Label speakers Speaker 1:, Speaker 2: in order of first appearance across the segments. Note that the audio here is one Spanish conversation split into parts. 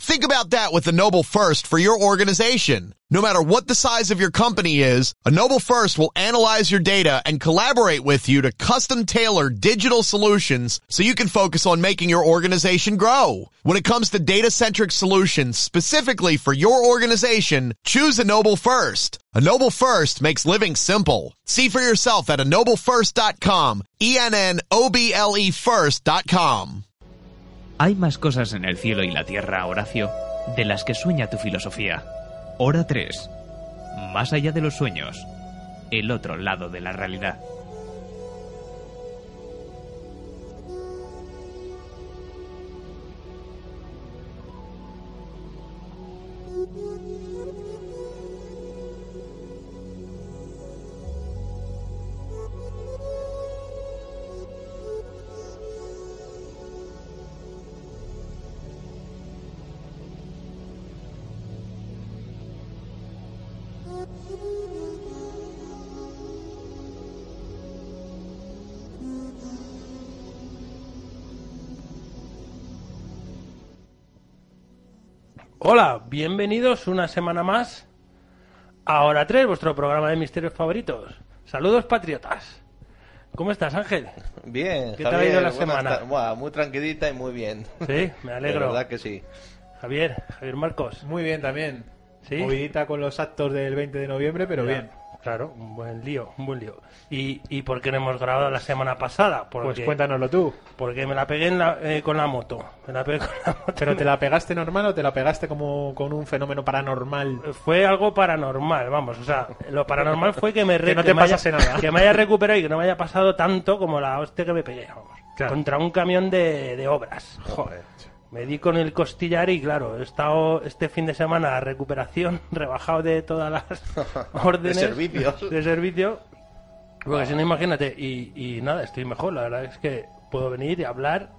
Speaker 1: Think about that with a Noble First for your organization. No matter what the size of your company is, a Noble First will analyze your data and collaborate with you to custom tailor digital solutions so you can focus on making your organization grow. When it comes to data-centric solutions specifically for your organization, choose a Noble First. A Noble First makes living simple. See for yourself at enoblefirst.com, E-N-N-O-B-L-E first.com.
Speaker 2: Hay más cosas en el cielo y la tierra, Horacio, de las que sueña tu filosofía. Hora 3. Más allá de los sueños. El otro lado de la realidad.
Speaker 3: Hola, bienvenidos una semana más a Hora 3, vuestro programa de misterios favoritos. Saludos, patriotas. ¿Cómo estás, Ángel?
Speaker 4: Bien,
Speaker 3: ¿Qué
Speaker 4: Javier,
Speaker 3: tal ha ido la
Speaker 4: buenas
Speaker 3: semana?
Speaker 4: tar- Buah, muy tranquilita y muy bien.
Speaker 3: Sí, me
Speaker 4: De
Speaker 3: alegro.
Speaker 4: verdad que sí.
Speaker 3: Javier, Javier Marcos.
Speaker 5: Muy bien también.
Speaker 3: ¿Sí?
Speaker 5: Movidita con los actos del 20 de noviembre, pero
Speaker 3: Ya,
Speaker 5: bien.
Speaker 3: Claro, un buen lío, un buen lío. ¿Y, y por qué no hemos grabado la semana pasada? Porque,
Speaker 5: Pues cuéntanoslo tú.
Speaker 3: Porque me la pegué en la- eh, con la moto. Me la pegué con la moto.
Speaker 5: ¿Pero te la pegaste normal o te la pegaste como con un fenómeno paranormal?
Speaker 3: fue algo paranormal, vamos, o sea, lo paranormal fue que me re-
Speaker 5: Que no te
Speaker 3: me haya-
Speaker 5: pasase nada.
Speaker 3: que me haya recuperado y que no me haya pasado tanto como la hostia que me pegué, vamos,
Speaker 5: Claro.
Speaker 3: contra un camión de, de obras.
Speaker 5: Joder.
Speaker 3: Me di con el costillar y claro, he estado este fin de semana a recuperación, rebajado de todas las órdenes
Speaker 4: servicios.
Speaker 3: de servicio. Porque si no, imagínate, y, y nada, estoy mejor, la verdad es que puedo venir y hablar,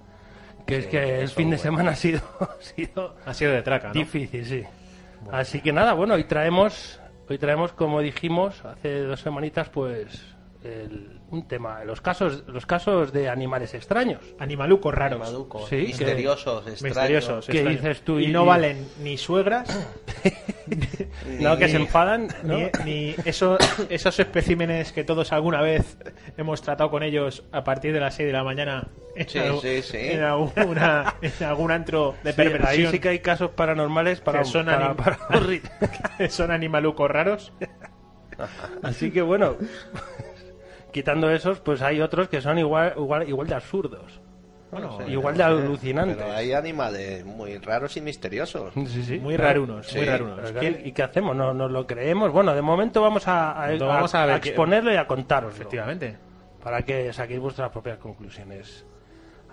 Speaker 3: que es que el fin de semana ha sido, ha sido
Speaker 5: Ha sido de traca, Ah, ¿no?
Speaker 3: Difícil, sí. Así que nada, bueno, hoy traemos, hoy traemos, como dijimos hace dos semanitas, pues el- un tema, los casos, los casos de animales extraños.
Speaker 5: Animalucos raros.
Speaker 4: Maducos,
Speaker 3: Sí, que-
Speaker 4: misteriosos, extraños.
Speaker 5: Misteriosos.
Speaker 3: ¿Qué
Speaker 5: extraños.
Speaker 3: dices tú?
Speaker 5: Y
Speaker 3: Y-
Speaker 5: no valen ni suegras,
Speaker 3: No, que se enfadan, ¿no?
Speaker 5: ni, ni eso- esos especímenes que todos alguna vez hemos tratado con ellos a partir de las 6 de la mañana en,
Speaker 4: Sí,
Speaker 5: algún-
Speaker 4: sí, sí.
Speaker 5: en alguna- en algún antro de
Speaker 3: Sí, ahí
Speaker 5: perversión.
Speaker 3: sí que hay casos paranormales para,
Speaker 5: Que son
Speaker 3: para-
Speaker 5: anim-
Speaker 3: para aburrir.
Speaker 5: Son animalucos raros.
Speaker 3: Así que bueno, quitando esos, pues hay otros que son igual, igual, igual de absurdos.
Speaker 4: Bueno, sí,
Speaker 3: igual
Speaker 4: no
Speaker 3: de
Speaker 4: sé,
Speaker 3: alucinantes.
Speaker 4: Pero hay animales muy raros y misteriosos.
Speaker 3: Sí, sí.
Speaker 5: Muy rarunos,
Speaker 4: Sí,
Speaker 5: muy
Speaker 3: Pero
Speaker 5: rarunos.
Speaker 3: claro,
Speaker 5: ¿Quién-
Speaker 3: ¿Y qué hacemos? ¿No nos lo creemos? Bueno, de momento vamos a, a-
Speaker 5: Entonces vamos a
Speaker 3: a
Speaker 5: ver qué-
Speaker 3: exponerlo y a contaros.
Speaker 5: Efectivamente.
Speaker 3: Para que saquéis vuestras propias conclusiones.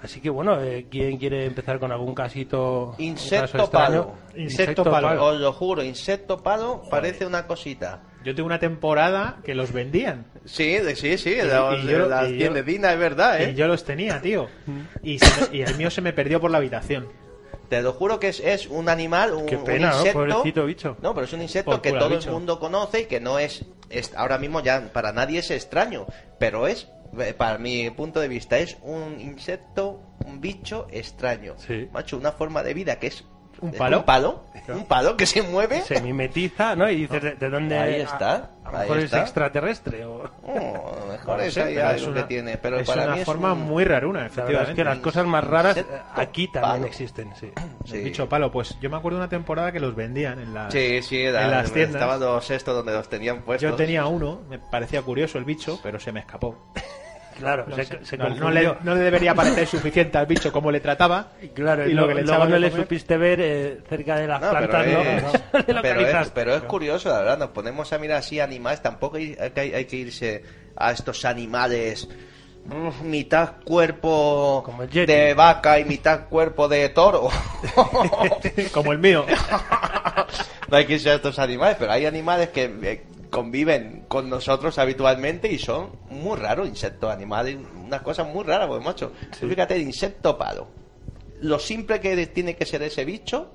Speaker 3: Así que bueno, eh, ¿quién quiere empezar con algún casito? un
Speaker 4: Insecto
Speaker 3: caso extraño?
Speaker 4: palo.
Speaker 5: Insecto palo. Claro.
Speaker 4: Os lo juro, insecto palo parece una cosita.
Speaker 5: Yo tuve una temporada que los vendían.
Speaker 4: Sí, de- sí, sí,
Speaker 5: y yo-
Speaker 4: las
Speaker 5: y yo-
Speaker 4: tiendecinas, es verdad, ¿eh?
Speaker 5: Y yo los tenía, tío. Y, se me- y el mío se me perdió por la habitación.
Speaker 4: Te lo juro que es, es un animal, un,
Speaker 3: Qué
Speaker 4: un
Speaker 3: pena, ¿no?
Speaker 4: insecto.
Speaker 3: Pobrecito bicho.
Speaker 4: No, pero es un insecto
Speaker 5: Por
Speaker 4: que
Speaker 5: cura,
Speaker 4: todo
Speaker 5: bicho.
Speaker 4: el mundo conoce y que no es, es- ahora mismo ya para nadie es extraño, pero es eh, para mi punto de vista es un insecto, un bicho extraño.
Speaker 3: Sí.
Speaker 4: Macho, una forma de vida que es
Speaker 5: ¿Un
Speaker 4: es
Speaker 5: palo?
Speaker 4: un palo, un palo que se mueve.
Speaker 3: Se mimetiza, ¿no? Y dices, ¿de, de dónde?
Speaker 4: ¿Eh? Ahí está,
Speaker 3: A, a lo mejor
Speaker 4: ahí
Speaker 3: es
Speaker 4: está.
Speaker 3: extraterrestre. O...
Speaker 4: Oh, mejor
Speaker 5: No
Speaker 4: es
Speaker 5: sé,
Speaker 4: ahí
Speaker 5: pero
Speaker 4: algo
Speaker 5: es
Speaker 4: que
Speaker 5: una-
Speaker 4: tiene, pero
Speaker 5: es
Speaker 4: para
Speaker 5: una
Speaker 4: mí es
Speaker 5: forma
Speaker 4: un-
Speaker 5: muy raruna,
Speaker 3: La verdad es
Speaker 5: efectivamente.
Speaker 3: que las cosas más raras eh,
Speaker 4: Insecto
Speaker 3: aquí también
Speaker 4: palo.
Speaker 3: existen, sí.
Speaker 4: Sí.
Speaker 5: El bicho palo, pues yo me acuerdo de una temporada que los vendían en las,
Speaker 4: Sí, sí, era-
Speaker 5: en las tiendas.
Speaker 4: estaban los estos donde los tenían puestos.
Speaker 5: Yo tenía uno, me parecía curioso el bicho, pero se me escapó.
Speaker 3: Claro,
Speaker 5: No,
Speaker 3: se,
Speaker 5: sé,
Speaker 3: se
Speaker 5: no- no
Speaker 3: confundió.
Speaker 5: le, no le debería parecer suficiente al bicho como le trataba.
Speaker 3: Claro,
Speaker 5: y lo que le
Speaker 3: luego
Speaker 5: echaban
Speaker 3: no
Speaker 5: de
Speaker 3: le
Speaker 5: comer.
Speaker 3: supiste ver eh, cerca de las
Speaker 4: No, pero,
Speaker 3: plantas, ¿no?
Speaker 4: es,
Speaker 3: No le
Speaker 4: pero es-
Speaker 3: localizaste.
Speaker 4: pero es curioso, la verdad, nos ponemos a mirar así animales, tampoco hay, hay que- hay que irse a estos animales mm, mitad cuerpo
Speaker 3: Como el Yeti.
Speaker 4: de vaca y mitad cuerpo de toro.
Speaker 5: Como el mío.
Speaker 4: no hay que irse a estos animales, pero hay animales que eh, conviven con nosotros habitualmente y son muy raros, insectos, animales, unas cosas muy raras, pues macho. Tú Fíjate, el insecto palo. Lo simple que tiene que ser ese bicho,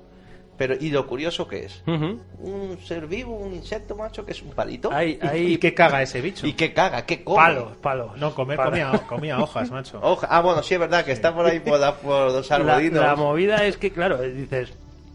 Speaker 4: Pero, ¿y lo curioso que es?
Speaker 3: Ujú.
Speaker 4: Un ser vivo, un insecto, macho, que es un palito.
Speaker 3: Hay-
Speaker 5: ¿Y,
Speaker 3: hay-
Speaker 5: y qué caga ese bicho?
Speaker 4: ¿Y qué caga? ¿Qué come?
Speaker 3: Palos, palos.
Speaker 5: No, comer
Speaker 3: Palos.
Speaker 5: comía, comía hojas, macho.
Speaker 4: Hoja- Ah, bueno, sí, es verdad que está por ahí por, la- por los
Speaker 3: La,
Speaker 4: arbolinos.
Speaker 3: la movida es que, claro, eh, dices,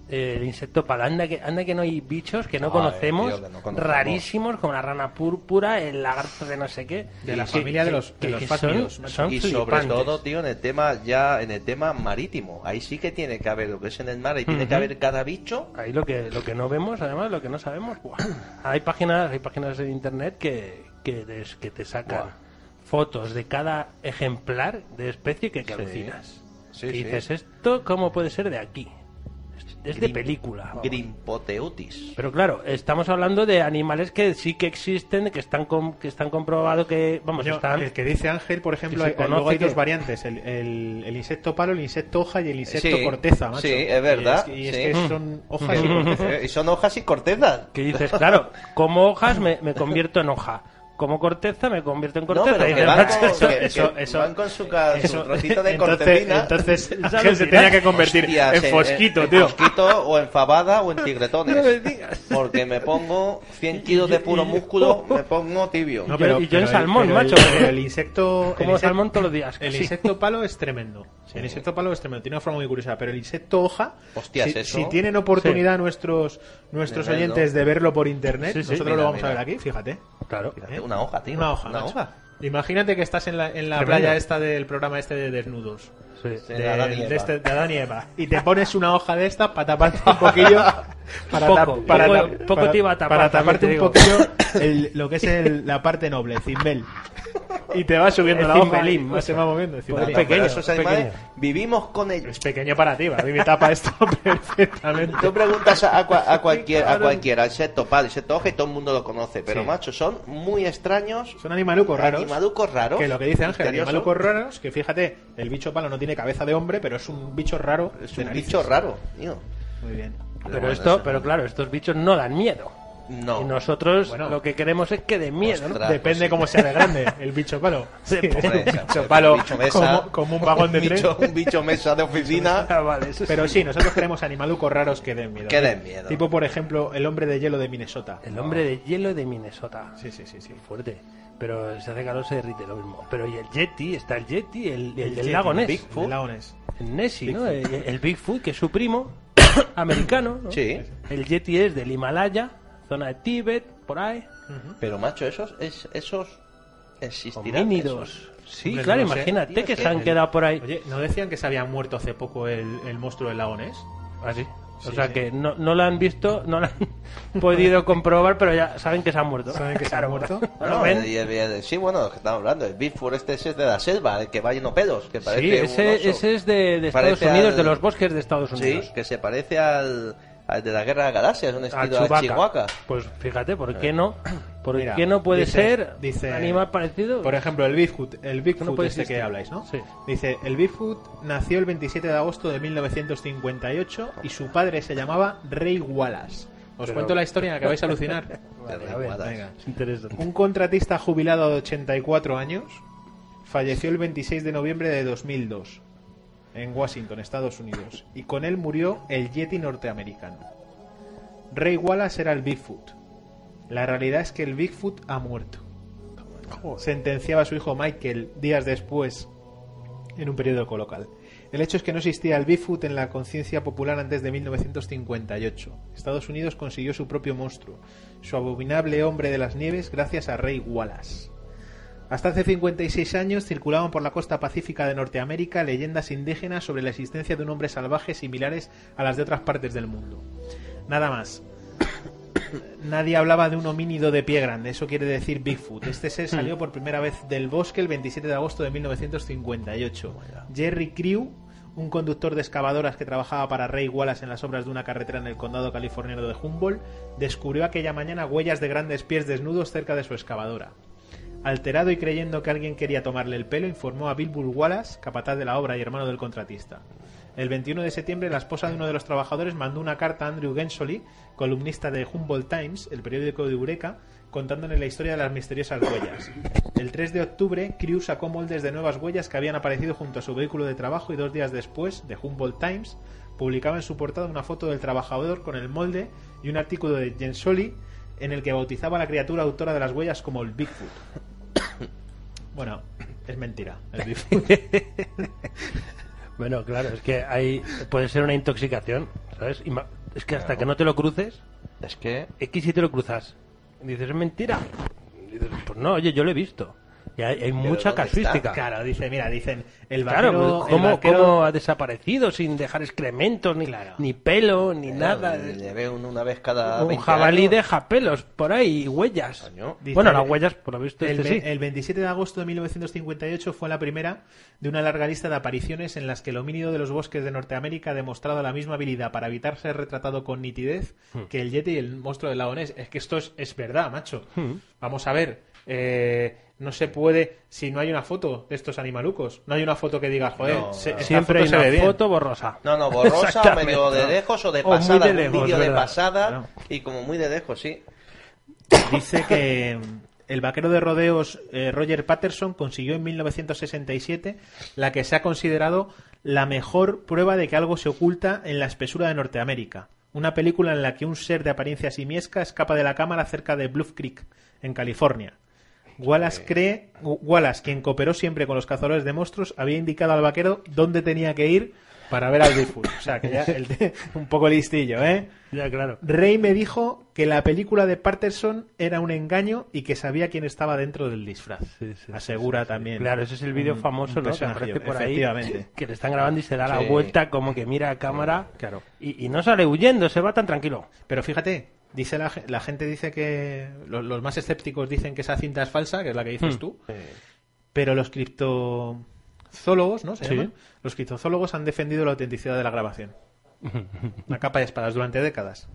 Speaker 3: eh, el insecto palo, anda que, anda que no hay bichos que no,
Speaker 4: Ay,
Speaker 3: conocemos,
Speaker 4: tío, que no conocemos.
Speaker 3: rarísimos, como la rana púrpura, el lagarto de no sé qué.
Speaker 5: De la
Speaker 3: que-
Speaker 5: familia de
Speaker 3: que-
Speaker 5: los- de
Speaker 3: que-
Speaker 5: los
Speaker 3: que
Speaker 5: fácmidos,
Speaker 3: son-
Speaker 5: macho.
Speaker 3: son
Speaker 4: y sobre
Speaker 3: flipantes.
Speaker 4: todo, tío, en el tema ya, en el tema marítimo. Ahí sí que tiene que haber lo que es en el mar, ahí tiene que
Speaker 3: Ujú.
Speaker 4: haber cada bicho.
Speaker 3: Ahí lo que, lo que no vemos, además, lo que no sabemos. ¡buah! Hay páginas hay páginas en internet que, que, des- que te sacan
Speaker 4: Buah.
Speaker 3: fotos de cada ejemplar de especie que, que
Speaker 4: Sí.
Speaker 3: alucinas.
Speaker 4: Sí,
Speaker 3: Que
Speaker 4: sí.
Speaker 3: dices, ¿esto cómo puede ser de aquí? Es, es de
Speaker 4: Grim-
Speaker 3: película. vamos.
Speaker 4: Grimpoteutis.
Speaker 3: Pero claro, estamos hablando de animales que sí que existen, que están com- que están comprobado que vamos,
Speaker 5: Coño,
Speaker 3: están
Speaker 5: El que dice Ángel, por ejemplo,
Speaker 3: Que se
Speaker 5: hay- luego
Speaker 3: conoce
Speaker 5: hay dos
Speaker 3: que-
Speaker 5: variantes: el, el- el insecto palo, el insecto hoja y el insecto
Speaker 4: Sí,
Speaker 5: corteza, macho.
Speaker 4: sí, es verdad,
Speaker 5: Y es, y es
Speaker 4: sí. Mm.
Speaker 5: que son hojas y corteza.
Speaker 4: Eh, y son hojas y cortezas.
Speaker 3: que dices, claro, como hojas me, me convierto en hoja, como corteza me convierto en
Speaker 4: No,
Speaker 3: corteza.
Speaker 4: pero
Speaker 3: Y
Speaker 4: que
Speaker 3: dices,
Speaker 4: van
Speaker 3: macho,
Speaker 4: con,
Speaker 3: eso-
Speaker 4: que- que
Speaker 5: eso- eso-
Speaker 4: van con su, ca- su
Speaker 5: Eso-
Speaker 4: trocito de
Speaker 5: entonces,
Speaker 4: cortezina.
Speaker 5: entonces
Speaker 3: Esa
Speaker 5: Ángel se
Speaker 3: alucinación.
Speaker 5: tenía que convertir
Speaker 4: Hostias,
Speaker 5: en fosquito, tío.
Speaker 4: En fosquito, o en fabada o en
Speaker 3: No me
Speaker 4: tigretones.
Speaker 3: digas.
Speaker 4: Porque me pongo 100 kilos de puro músculo, me pongo tibio.
Speaker 5: No,
Speaker 3: yo- y yo en
Speaker 5: el-
Speaker 3: salmón,
Speaker 5: pero el-
Speaker 3: macho.
Speaker 5: pero el insecto. el
Speaker 3: como
Speaker 5: insecto-
Speaker 3: salmón todos los días.
Speaker 5: El
Speaker 3: casi.
Speaker 5: insecto palo es tremendo. El insecto palo es tremendo. Tiene una forma muy curiosa. Pero el insecto hoja,
Speaker 4: Hostias,
Speaker 5: si,
Speaker 4: eso.
Speaker 5: si tienen oportunidad nuestros, nuestros
Speaker 4: De verlo.
Speaker 5: oyentes de verlo por internet,
Speaker 3: Sí, sí.
Speaker 5: nosotros
Speaker 4: Mira,
Speaker 5: lo vamos
Speaker 4: mira.
Speaker 5: a ver aquí, fíjate.
Speaker 3: Claro.
Speaker 4: Fíjate, Una hoja, tío.
Speaker 5: Una hoja.
Speaker 4: Una
Speaker 5: macho.
Speaker 4: hoja.
Speaker 5: Imagínate que estás en la, en la
Speaker 3: Tremendo.
Speaker 5: playa esta del programa este de desnudos.
Speaker 3: Sí.
Speaker 4: Sí, de Adán y Eva.
Speaker 5: este- de Adán y Eva. Y te pones una hoja de esta para taparte un poquillo. Para
Speaker 3: Poco,
Speaker 5: tap- para
Speaker 3: poco-
Speaker 5: tap-
Speaker 3: poco
Speaker 5: para-
Speaker 3: te iba a tapar,
Speaker 5: Para
Speaker 3: también
Speaker 5: taparte
Speaker 3: te
Speaker 5: un
Speaker 3: digo.
Speaker 5: poquillo el- lo que es el- la parte noble, cimbel. Y te va subiendo
Speaker 3: El
Speaker 5: la hoja.
Speaker 3: cimbelín,
Speaker 5: y
Speaker 3: macho.
Speaker 5: se va moviendo. el
Speaker 4: No,
Speaker 5: cimbelín.
Speaker 3: Es
Speaker 4: no,
Speaker 3: Pues
Speaker 4: pero
Speaker 3: pequeño,
Speaker 4: esos
Speaker 3: es
Speaker 4: animales
Speaker 3: pequeño.
Speaker 4: vivimos con ellos.
Speaker 5: Es pequeño para ti, para mí me tapa esto perfectamente.
Speaker 4: Tú preguntas a, a cua- a cualquier, a cualquiera, al insecto pal, insecto hoja, y todo el mundo lo conoce. Pero,
Speaker 5: Sí.
Speaker 4: macho, son muy extraños.
Speaker 5: Son animalucos raros.
Speaker 4: Animalucos raros.
Speaker 5: Que lo que dice Ángel,
Speaker 4: misteriosos.
Speaker 5: animalucos raros, que fíjate, el bicho palo no tiene cabeza de hombre, pero es un bicho raro.
Speaker 4: Es
Speaker 5: de
Speaker 4: un
Speaker 5: narices.
Speaker 4: bicho raro, tío.
Speaker 5: Muy bien.
Speaker 3: Pero
Speaker 4: bueno,
Speaker 3: esto,
Speaker 4: eso-
Speaker 3: pero claro, estos bichos no dan miedo.
Speaker 4: No.
Speaker 3: Y nosotros
Speaker 5: Bueno.
Speaker 3: lo que queremos es que dé miedo, ¿no?
Speaker 4: Ostras. pues
Speaker 5: Depende
Speaker 4: sí.
Speaker 5: cómo sea de grande el bicho palo.
Speaker 3: Sí,
Speaker 5: Sí,
Speaker 4: Hombre,
Speaker 5: un
Speaker 4: esa-
Speaker 5: bicho palo
Speaker 4: bicho mesa,
Speaker 5: como, como un vagón de
Speaker 4: un
Speaker 5: tren.
Speaker 4: bicho- Un bicho mesa de oficina.
Speaker 3: Ah, vale, eso sí.
Speaker 5: Pero sí, nosotros queremos animalucos raros que den miedo.
Speaker 4: Que den miedo.
Speaker 5: Tipo, por ejemplo, el hombre de hielo de Minnesota.
Speaker 3: El hombre de hielo de Minnesota.
Speaker 5: Sí, sí, sí, sí.
Speaker 3: Fuerte. Pero se hace calor, se derrite lo mismo. Pero y el Yeti, está el Yeti, el, el, del
Speaker 5: Yeti,
Speaker 3: lago Ness.
Speaker 5: Bigfoot. El lago Ness.
Speaker 3: El Nessie, ¿no? El, el Bigfoot, que es su primo, americano. ¿no?
Speaker 4: Sí.
Speaker 3: El Yeti es del Himalaya, zona de Tíbet, por ahí.
Speaker 4: Pero macho, esos, es, esos existirán.
Speaker 3: Homínidos. Sí,
Speaker 5: Hombre,
Speaker 3: claro,
Speaker 5: no lo sé.
Speaker 3: imagínate
Speaker 4: Tío,
Speaker 3: que
Speaker 4: es
Speaker 3: se
Speaker 4: que
Speaker 3: han
Speaker 4: el-
Speaker 3: quedado por ahí.
Speaker 5: Oye, ¿no decían que se había muerto hace poco el, el monstruo del lago Ness?
Speaker 3: Así. O
Speaker 5: Sí,
Speaker 3: sea
Speaker 5: sí.
Speaker 3: que no, no lo han visto, no lo han podido comprobar, pero ya saben que se han muerto.
Speaker 5: ¿Saben que se ha muerto?
Speaker 4: esos.
Speaker 3: ¿No lo
Speaker 4: No,
Speaker 3: ven?
Speaker 4: y el- y el- sí, bueno, lo que estamos hablando. El Bigfoot este ese es de la selva, el que va lleno pelos. Que parece
Speaker 3: Sí,
Speaker 4: un
Speaker 3: ese,
Speaker 4: oso.
Speaker 3: ese es de, de Estados
Speaker 4: Parece
Speaker 3: Unidos,
Speaker 4: al-
Speaker 3: de los bosques de Estados
Speaker 4: Sí,
Speaker 3: Unidos.
Speaker 4: que se parece al, al de la Guerra de las Galaxias, un
Speaker 3: a
Speaker 4: estilo de
Speaker 3: Chewbacca.
Speaker 4: Chihuahua.
Speaker 3: Pues fíjate, ¿por qué no? ¿Por
Speaker 5: Mira,
Speaker 3: qué no puede
Speaker 5: dice-
Speaker 3: ser
Speaker 5: dice-
Speaker 3: un animal parecido?
Speaker 5: Por ejemplo, el Bigfoot, el Bigfoot
Speaker 3: No puede
Speaker 5: este
Speaker 3: existir.
Speaker 5: que habláis, ¿no?
Speaker 3: Sí.
Speaker 5: Dice, el Bigfoot nació el 27 de agosto de 1958 y su padre se llamaba Ray Wallace. Os
Speaker 3: Pero-
Speaker 5: cuento la historia, que vais a alucinar.
Speaker 3: Vale, a ver,
Speaker 4: Guadas.
Speaker 5: venga.
Speaker 3: es interesante.
Speaker 5: Un contratista jubilado de 84 años falleció el 26 de noviembre de 2002 en Washington, Estados Unidos, y con él murió el Yeti norteamericano. Ray Wallace era el Bigfoot. La realidad es que el Bigfoot ha muerto. Sentenciaba a su hijo Michael días después en un periódico local. El hecho es que no existía el Bigfoot en la conciencia popular antes de 1958. Estados Unidos consiguió su propio monstruo, su abominable hombre de las nieves, gracias a Ray Wallace. Hasta hace 56 años circulaban por la costa pacífica de Norteamérica leyendas indígenas sobre la existencia de un hombre salvaje similares a las de otras partes del mundo. Nada más. Nadie hablaba de un homínido de pie grande, eso quiere decir Bigfoot. Este ser salió por primera vez del bosque el 27 de agosto de 1958. Jerry Crew, un conductor de excavadoras que trabajaba para Ray Wallace en las obras de una carretera en el condado californiano de Humboldt, descubrió aquella mañana huellas de grandes pies desnudos cerca de su excavadora. Alterado y creyendo que alguien quería tomarle el pelo, informó a Bilbul Wallace, capataz de la obra y hermano del contratista. El 21 de septiembre, la esposa de uno de los trabajadores mandó una carta a Andrew Gensoli, columnista de Humboldt Times, el periódico de Eureka, contándole la historia de las misteriosas huellas. El 3 de octubre, Crew sacó moldes de nuevas huellas que habían aparecido junto a su vehículo de trabajo y dos días después, The Humboldt Times, publicaba en su portada una foto del trabajador con el molde y un artículo de Gensoli en el que bautizaba a la criatura autora de las huellas como el Bigfoot. Bueno, es mentira. El Bigfoot.
Speaker 3: Bueno, claro, es que hay, puede ser una intoxicación, ¿sabes? Ima- es que hasta que no te lo cruces,
Speaker 4: Es que.
Speaker 3: es que si te lo cruzas, dices, es mentira. Dices, pues no, oye, yo lo he visto. Y hay, hay mucha
Speaker 4: ¿dónde
Speaker 3: casuística.
Speaker 5: claro, dice, mira, dicen, el
Speaker 3: Claro,
Speaker 5: vaquero...
Speaker 3: pues,
Speaker 5: el
Speaker 3: ¿cómo,
Speaker 5: vaquero-
Speaker 3: cómo ha desaparecido sin dejar excrementos, ni, ni pelo,
Speaker 4: Eh,
Speaker 3: ni nada? eh,
Speaker 4: Le veo un- una vez cada.
Speaker 3: Un
Speaker 4: 20
Speaker 3: jabalí
Speaker 4: años.
Speaker 3: deja pelos por ahí, y huellas.
Speaker 4: Coño.
Speaker 5: Dice-
Speaker 3: bueno, las huellas, por lo visto,
Speaker 5: El,
Speaker 3: este
Speaker 5: ve-
Speaker 3: sí.
Speaker 5: el 27 de agosto de 1958 fue la primera de una larga lista de apariciones en las que el homínido de los bosques de Norteamérica ha demostrado la misma habilidad para evitar ser retratado con nitidez
Speaker 3: Hmm.
Speaker 5: que el Yeti y el monstruo del lago Ness. Es que esto es, es verdad, macho.
Speaker 3: Hmm.
Speaker 5: Vamos a ver. eh, no se puede, si no hay una foto de estos animalucos, no hay una foto que digas, joder,
Speaker 4: No,
Speaker 5: se-
Speaker 4: no.
Speaker 5: esta
Speaker 3: Siempre hay
Speaker 5: foto se ve
Speaker 3: una
Speaker 5: bien.
Speaker 3: foto borrosa.
Speaker 4: No, no, borrosa, o
Speaker 3: Exactamente.
Speaker 4: medio de lejos o de
Speaker 3: O muy
Speaker 4: pasada.
Speaker 3: de
Speaker 4: un
Speaker 3: lejos,
Speaker 4: vídeo de
Speaker 3: ¿verdad?
Speaker 4: pasada
Speaker 5: Claro.
Speaker 4: y como muy de lejos, sí.
Speaker 5: Dice que el vaquero de rodeos eh, Roger Patterson consiguió en 1967 la que se ha considerado la mejor prueba de que algo se oculta en la espesura de Norteamérica. Una película en la que un ser de apariencia simiesca escapa de la cámara cerca de Bluff Creek, en California. Wallace cree, Wallace, quien cooperó siempre con los cazadores de monstruos, había indicado al vaquero dónde tenía que ir para ver al Bigfoot. O sea, que ya el te- un poco listillo, ¿eh?
Speaker 3: Ya, claro.
Speaker 5: Rey me dijo que la película de Patterson era un engaño y que sabía quién estaba dentro del disfraz.
Speaker 3: Sí, sí,
Speaker 5: Asegura también.
Speaker 3: Claro, ese es el vídeo
Speaker 5: Un-
Speaker 3: famoso,
Speaker 5: un
Speaker 3: ¿no? Que
Speaker 5: personajillo,
Speaker 3: aparece por ahí.
Speaker 5: efectivamente.
Speaker 3: Que le están grabando y se da la
Speaker 4: Sí.
Speaker 3: vuelta como que mira a cámara.
Speaker 5: Claro.
Speaker 3: Y, y no sale huyendo, se va tan tranquilo.
Speaker 5: Pero fíjate, dice la, ge- la gente dice que los, los más escépticos dicen que esa cinta es falsa, que es la que
Speaker 3: Hmm.
Speaker 5: dices tú. Pero los criptozólogos, ¿no? Se
Speaker 3: Sí.
Speaker 5: llaman. Los criptozólogos han defendido la autenticidad de la grabación. Una capa de espadas durante décadas.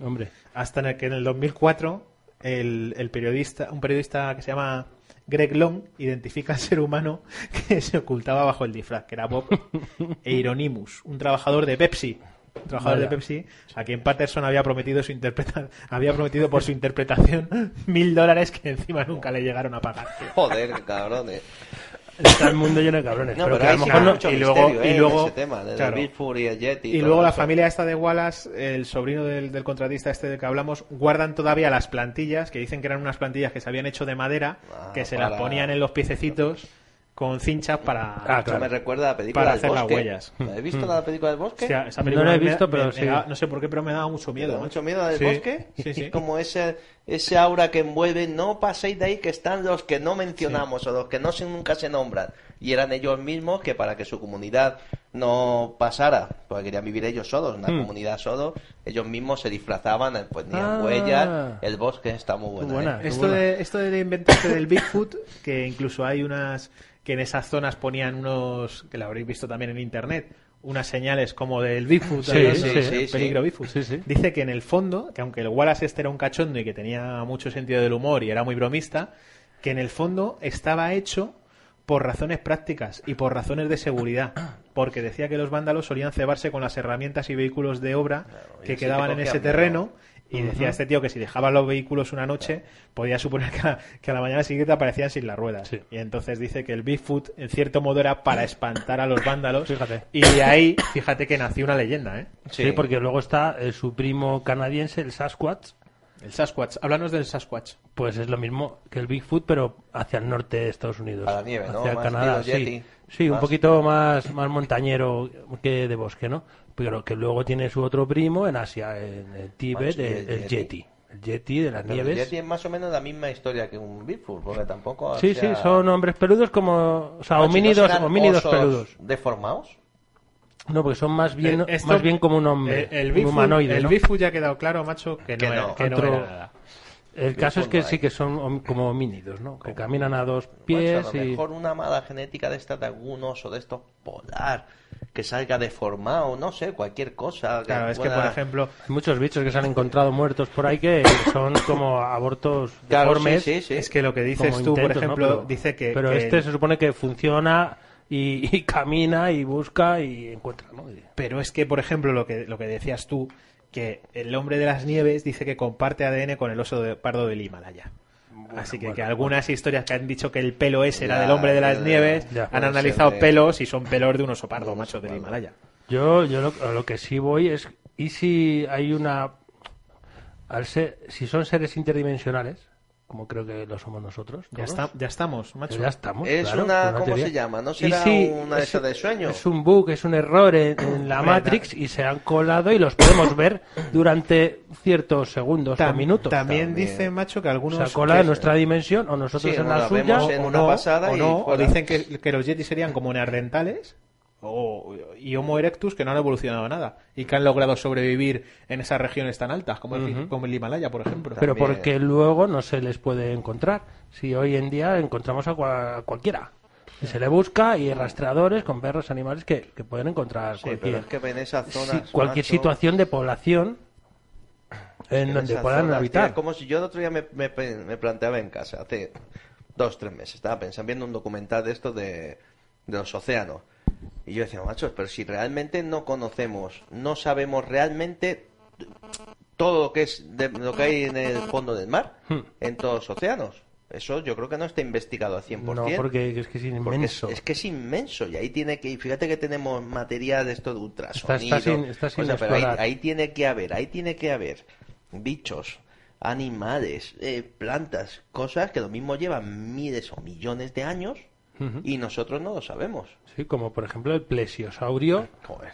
Speaker 3: Hombre.
Speaker 5: hasta en el que en el 2004 el, el periodista, un periodista que se llama Greg Long identifica al ser humano que se ocultaba bajo el disfraz, que era Bob Eironimus, un trabajador de Pepsi. Un trabajador
Speaker 3: Vaya.
Speaker 5: de Pepsi, a quien Patterson había prometido su interpreta había prometido por su interpretación mil dólares que encima nunca le llegaron a pagar.
Speaker 4: Joder, qué cabrones.
Speaker 3: Está el mundo lleno de cabrones.
Speaker 4: No,
Speaker 3: pero que
Speaker 4: pero,
Speaker 3: a
Speaker 4: ahí
Speaker 3: lo
Speaker 4: sí
Speaker 3: mejor
Speaker 4: hay
Speaker 3: no-
Speaker 4: mucho
Speaker 5: y
Speaker 4: misterio,
Speaker 5: luego- y
Speaker 4: ¿eh? en
Speaker 5: luego-
Speaker 4: ese tema, de
Speaker 5: claro.
Speaker 4: Big Fury, el Yeti.
Speaker 5: Y
Speaker 4: todo
Speaker 5: luego la
Speaker 4: eso.
Speaker 5: familia esta de Wallace, el sobrino del, del contratista este del que hablamos, guardan todavía las plantillas, que dicen que eran unas plantillas que se habían hecho de madera,
Speaker 4: Ah,
Speaker 5: que se
Speaker 4: para-
Speaker 5: las ponían en los piececitos con cinchas para...
Speaker 3: Ah,
Speaker 4: Esto
Speaker 3: claro.
Speaker 4: me recuerda a la película
Speaker 5: Para
Speaker 4: del
Speaker 5: hacer las
Speaker 4: bosque.
Speaker 5: huellas.
Speaker 4: ¿La ¿Has
Speaker 3: Mm.
Speaker 4: visto la película del bosque?
Speaker 5: Hostia, esa
Speaker 3: No
Speaker 5: película
Speaker 3: la he
Speaker 5: me da-
Speaker 3: visto,
Speaker 5: me-
Speaker 3: pero
Speaker 5: me
Speaker 3: sí.
Speaker 5: da- no sé por qué, pero me daba mucho
Speaker 4: Me da
Speaker 5: miedo.
Speaker 4: mucho
Speaker 5: macho.
Speaker 4: miedo la del
Speaker 5: Sí,
Speaker 4: bosque.
Speaker 5: Sí, sí.
Speaker 4: Y como ese, ese aura que envuelve, no paséis de ahí que están los que no mencionamos o los que no se, nunca se nombran. Y eran ellos mismos que para que su comunidad no pasara, porque querían vivir ellos solos, una comunidad solo, ellos mismos se disfrazaban, eh, pues tenían
Speaker 3: Hmm. Ah.
Speaker 4: huellas. El bosque está muy bueno. eh.
Speaker 3: buena.
Speaker 5: Esto de, esto de inventarse del Bigfoot, que incluso hay unas que en esas zonas ponían unos, que lo habréis visto también en internet, unas señales como del Bigfoot,
Speaker 3: Sí,
Speaker 5: ¿verdad?
Speaker 3: sí,
Speaker 5: ¿no?
Speaker 3: sí,
Speaker 5: peligro
Speaker 4: sí.
Speaker 5: Bigfoot.
Speaker 3: Sí, sí.
Speaker 5: Dice que en el fondo, que aunque el Wallace este era un cachondo y que tenía mucho sentido del humor y era muy bromista, que en el fondo estaba hecho por razones prácticas y por razones de seguridad, porque decía que los vándalos solían cebarse con las herramientas y vehículos de obra
Speaker 4: y
Speaker 5: que
Speaker 4: así te
Speaker 5: quedaban en ese
Speaker 4: cogían,
Speaker 5: terreno
Speaker 4: ¿no?
Speaker 5: y decía este tío que si dejaba los vehículos una noche, podía suponer que a, que a la mañana siguiente aparecían sin las ruedas.
Speaker 3: Sí.
Speaker 5: Y entonces dice que el Bigfoot, en cierto modo, era para espantar a los vándalos.
Speaker 3: Fíjate.
Speaker 5: Y de ahí, fíjate que nació una leyenda, ¿eh?
Speaker 3: Sí. porque luego está eh, su primo canadiense, el Sasquatch.
Speaker 5: El Sasquatch. Háblanos del Sasquatch.
Speaker 3: Pues es lo mismo que el Bigfoot, pero hacia el norte de Estados Unidos.
Speaker 4: A la nieve, ¿no?
Speaker 3: Hacia
Speaker 4: Más
Speaker 3: Canadá,
Speaker 4: estilo
Speaker 3: sí.
Speaker 4: Yeti.
Speaker 3: Sí, un
Speaker 4: Más-
Speaker 3: poquito más, más montañero que de bosque, ¿no? Pero que luego tiene su otro primo en Asia, en el Tíbet,
Speaker 4: Más
Speaker 3: el,
Speaker 4: que el
Speaker 3: el
Speaker 4: Yeti.
Speaker 3: Yeti. El Yeti de las
Speaker 4: Pero el
Speaker 3: nieves.
Speaker 4: Yeti es más o menos la misma historia que un Bigfoot, porque tampoco.
Speaker 3: Sí,
Speaker 4: o sea,
Speaker 3: sí, son hombres peludos como... O sea,
Speaker 4: macho, ¿no
Speaker 3: homínidos,
Speaker 4: serán
Speaker 3: homínidos
Speaker 4: osos
Speaker 3: peludos.
Speaker 4: ¿Deformados?
Speaker 3: No, porque son más bien,
Speaker 5: Eh, esto-
Speaker 3: más bien como un hombre,
Speaker 5: Eh, El,
Speaker 3: un
Speaker 5: Bigfoot,
Speaker 3: humanoide,
Speaker 5: el
Speaker 3: ¿no?
Speaker 5: Bigfoot ya ha quedado claro, macho, que no,
Speaker 4: Que
Speaker 5: era,
Speaker 4: no.
Speaker 5: que no
Speaker 3: Otro-
Speaker 5: era nada.
Speaker 3: El caso es que
Speaker 4: no hay.
Speaker 3: sí que son hom- como homínidos, ¿no? Que caminan a dos
Speaker 4: Macho,
Speaker 3: pies
Speaker 4: a lo
Speaker 3: y...
Speaker 4: mejor una mala genética de esta de algún oso de estos polar que salga deformado, no sé, cualquier cosa.
Speaker 5: Claro, es que
Speaker 4: pueda-
Speaker 5: por ejemplo,
Speaker 3: Hay muchos bichos que se han encontrado muertos por ahí que son como abortos
Speaker 4: Claro,
Speaker 3: deformes.
Speaker 4: sí, sí, sí.
Speaker 5: es que lo que dices
Speaker 3: como
Speaker 5: tú, por
Speaker 3: intentos, ¿no?
Speaker 5: ejemplo,
Speaker 3: Pero-
Speaker 5: dice que.
Speaker 3: Pero
Speaker 5: que-
Speaker 3: este se supone que funciona y, y camina y busca y encuentra, ¿no? Y-
Speaker 5: Pero es que, por ejemplo, lo que, lo que decías tú, que el hombre de las nieves dice que comparte ADN con el oso de- pardo del Himalaya. Así que,
Speaker 3: bueno,
Speaker 5: que algunas historias que han dicho que el pelo ese era
Speaker 4: Ya,
Speaker 5: del hombre de las
Speaker 4: ya,
Speaker 5: nieves,
Speaker 3: ya. ¿eh?
Speaker 5: han
Speaker 4: Puede
Speaker 5: analizado
Speaker 4: ser de-
Speaker 5: pelos y son pelos de un oso pardo,
Speaker 4: un
Speaker 5: macho
Speaker 4: oso
Speaker 5: del
Speaker 4: pardo.
Speaker 5: Himalaya.
Speaker 3: Yo, yo lo, a lo que sí voy es, ¿y si hay una... Al ser, si son seres interdimensionales, como creo que lo somos nosotros,
Speaker 5: Ya,
Speaker 3: todos,
Speaker 5: está- ya estamos, macho.
Speaker 3: pero Pues ya estamos.
Speaker 4: Es
Speaker 3: claro,
Speaker 4: una- ¿cómo
Speaker 3: teoría.
Speaker 4: se llama? ¿No
Speaker 3: ¿Y
Speaker 4: será una de esas de sueño?
Speaker 3: Es un bug, es un error en, en la
Speaker 5: Hombre,
Speaker 3: Matrix y se han colado y los podemos ver durante ciertos segundos
Speaker 5: Tam-
Speaker 3: o minutos.
Speaker 5: También,
Speaker 4: También.
Speaker 5: dice, macho, que
Speaker 3: se
Speaker 5: algunos...
Speaker 3: ha colado en
Speaker 5: que-
Speaker 3: nuestra dimensión o nosotros
Speaker 4: Sí,
Speaker 3: en
Speaker 4: o
Speaker 3: la
Speaker 4: la
Speaker 3: suya.
Speaker 4: vemos en
Speaker 5: o
Speaker 4: una
Speaker 5: no,
Speaker 4: pasada
Speaker 5: o
Speaker 4: y
Speaker 5: no, o
Speaker 4: fuera.
Speaker 5: dicen que, que los Yetis serían como neandertales o, y Homo erectus que no han evolucionado nada y que han logrado sobrevivir en esas regiones tan altas como el, como el Himalaya, por ejemplo.
Speaker 3: Pero
Speaker 4: También.
Speaker 3: porque luego no se les puede encontrar. Si hoy en día encontramos a, cua- a cualquiera. Y se le busca y rastreadores con perros, animales que, que pueden encontrar
Speaker 4: Sí, pero
Speaker 3: cualquier,
Speaker 4: es que en esa zona.
Speaker 3: si- cualquier situación de población en donde puedan habitar.
Speaker 4: como si yo el otro día me, me- me planteaba en casa, hace dos, tres meses, estaba pensando viendo un documental de esto de, de los océanos. Y yo decía, machos, pero si realmente no conocemos, no sabemos realmente todo lo que es de- lo que hay en el fondo del mar,
Speaker 3: Hmm.
Speaker 4: en todos los océanos. Eso yo creo que no está investigado al 100%.
Speaker 3: No, porque es que es
Speaker 4: Porque
Speaker 3: inmenso.
Speaker 4: Es, es que es inmenso y ahí tiene que, y fíjate que tenemos material de esto de ultrasonido.
Speaker 3: Está- está sin- está sin
Speaker 4: cosas, pero ahí,
Speaker 3: explorar.
Speaker 4: ahí tiene que haber, ahí tiene que haber bichos, animales, eh, plantas, cosas que lo mismo llevan miles o millones de años
Speaker 3: Ujú.
Speaker 4: y nosotros no lo sabemos.
Speaker 3: Sí, como por ejemplo el plesiosaurio
Speaker 4: Joder.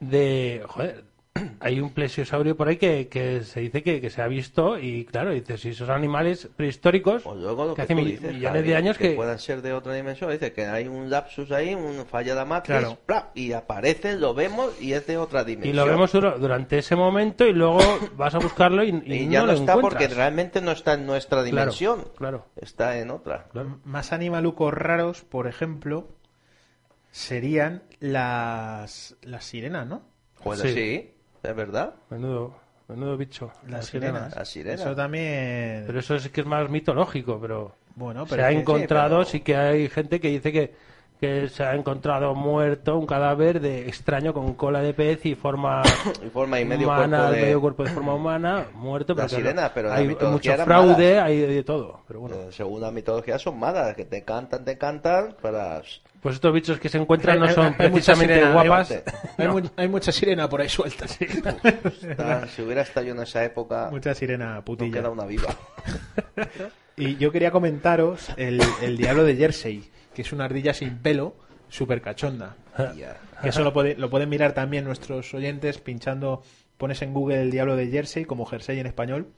Speaker 3: de... Joder, hay un plesiosaurio por ahí que, que se dice que, que se ha visto y claro, dices, si esos animales prehistóricos
Speaker 4: O Pues luego lo
Speaker 3: que
Speaker 4: que,
Speaker 3: hace
Speaker 4: tú
Speaker 3: mi-
Speaker 4: dices,
Speaker 3: millones
Speaker 4: Javi,
Speaker 3: de años que...
Speaker 4: puedan ser de otra dimensión, dice que hay un lapsus ahí, un falla de matriz,
Speaker 5: Claro.
Speaker 4: y aparece, lo vemos y es de otra dimensión.
Speaker 3: Y lo vemos dura- durante ese momento y luego vas a buscarlo y, y
Speaker 4: Y
Speaker 3: no
Speaker 4: ya no,
Speaker 3: lo
Speaker 4: está
Speaker 3: encuentras.
Speaker 4: porque realmente no está en
Speaker 3: Claro,
Speaker 4: nuestra dimensión.
Speaker 3: claro.
Speaker 4: Está en otra.
Speaker 5: Más animalucos raros, por ejemplo, serían las, las sirenas, ¿no?
Speaker 4: Pues
Speaker 3: Sí.
Speaker 4: sí. es verdad.
Speaker 3: Menudo, menudo bicho.
Speaker 5: Las,
Speaker 3: La sirena.
Speaker 5: sirenas.
Speaker 4: Las sirenas.
Speaker 5: Eso también...
Speaker 3: Pero eso es que es más mitológico, pero,
Speaker 5: Bueno,
Speaker 3: se
Speaker 5: pero
Speaker 3: ha
Speaker 5: es que-
Speaker 3: encontrado,
Speaker 4: sí,
Speaker 3: sí, que hay gente que dice que, que se ha encontrado muerto un cadáver de extraño con cola de pez y forma
Speaker 4: Y forma y medio
Speaker 3: humana,
Speaker 4: cuerpo de-
Speaker 3: medio cuerpo de forma humana, muerto.
Speaker 4: Las
Speaker 3: pero que
Speaker 4: sirenas, pero la
Speaker 3: hay
Speaker 4: mitología
Speaker 3: mucho
Speaker 4: eran
Speaker 3: fraude, hay de, de todo. Pero bueno,
Speaker 4: Eh, según la mitología son malas, que te cantan, te cantan para...
Speaker 3: pues estos bichos que se encuentran no
Speaker 5: Hay- hay-
Speaker 3: son
Speaker 5: hay mucha
Speaker 3: precisamente
Speaker 5: sirena, hay-
Speaker 3: guapas.
Speaker 5: Hay, mu- hay mucha sirena por ahí suelta.
Speaker 4: estar- si hubiera estado yo en esa época,
Speaker 5: Mucha sirena
Speaker 4: no
Speaker 5: putilla.
Speaker 4: queda una viva.
Speaker 5: Y yo quería comentaros el, el diablo de Jersey, que es una ardilla sin pelo, súper cachonda.
Speaker 4: Ya.
Speaker 5: Que Eso lo, puede- lo pueden mirar también nuestros oyentes pinchando, pones en Google el diablo de Jersey como jersey en español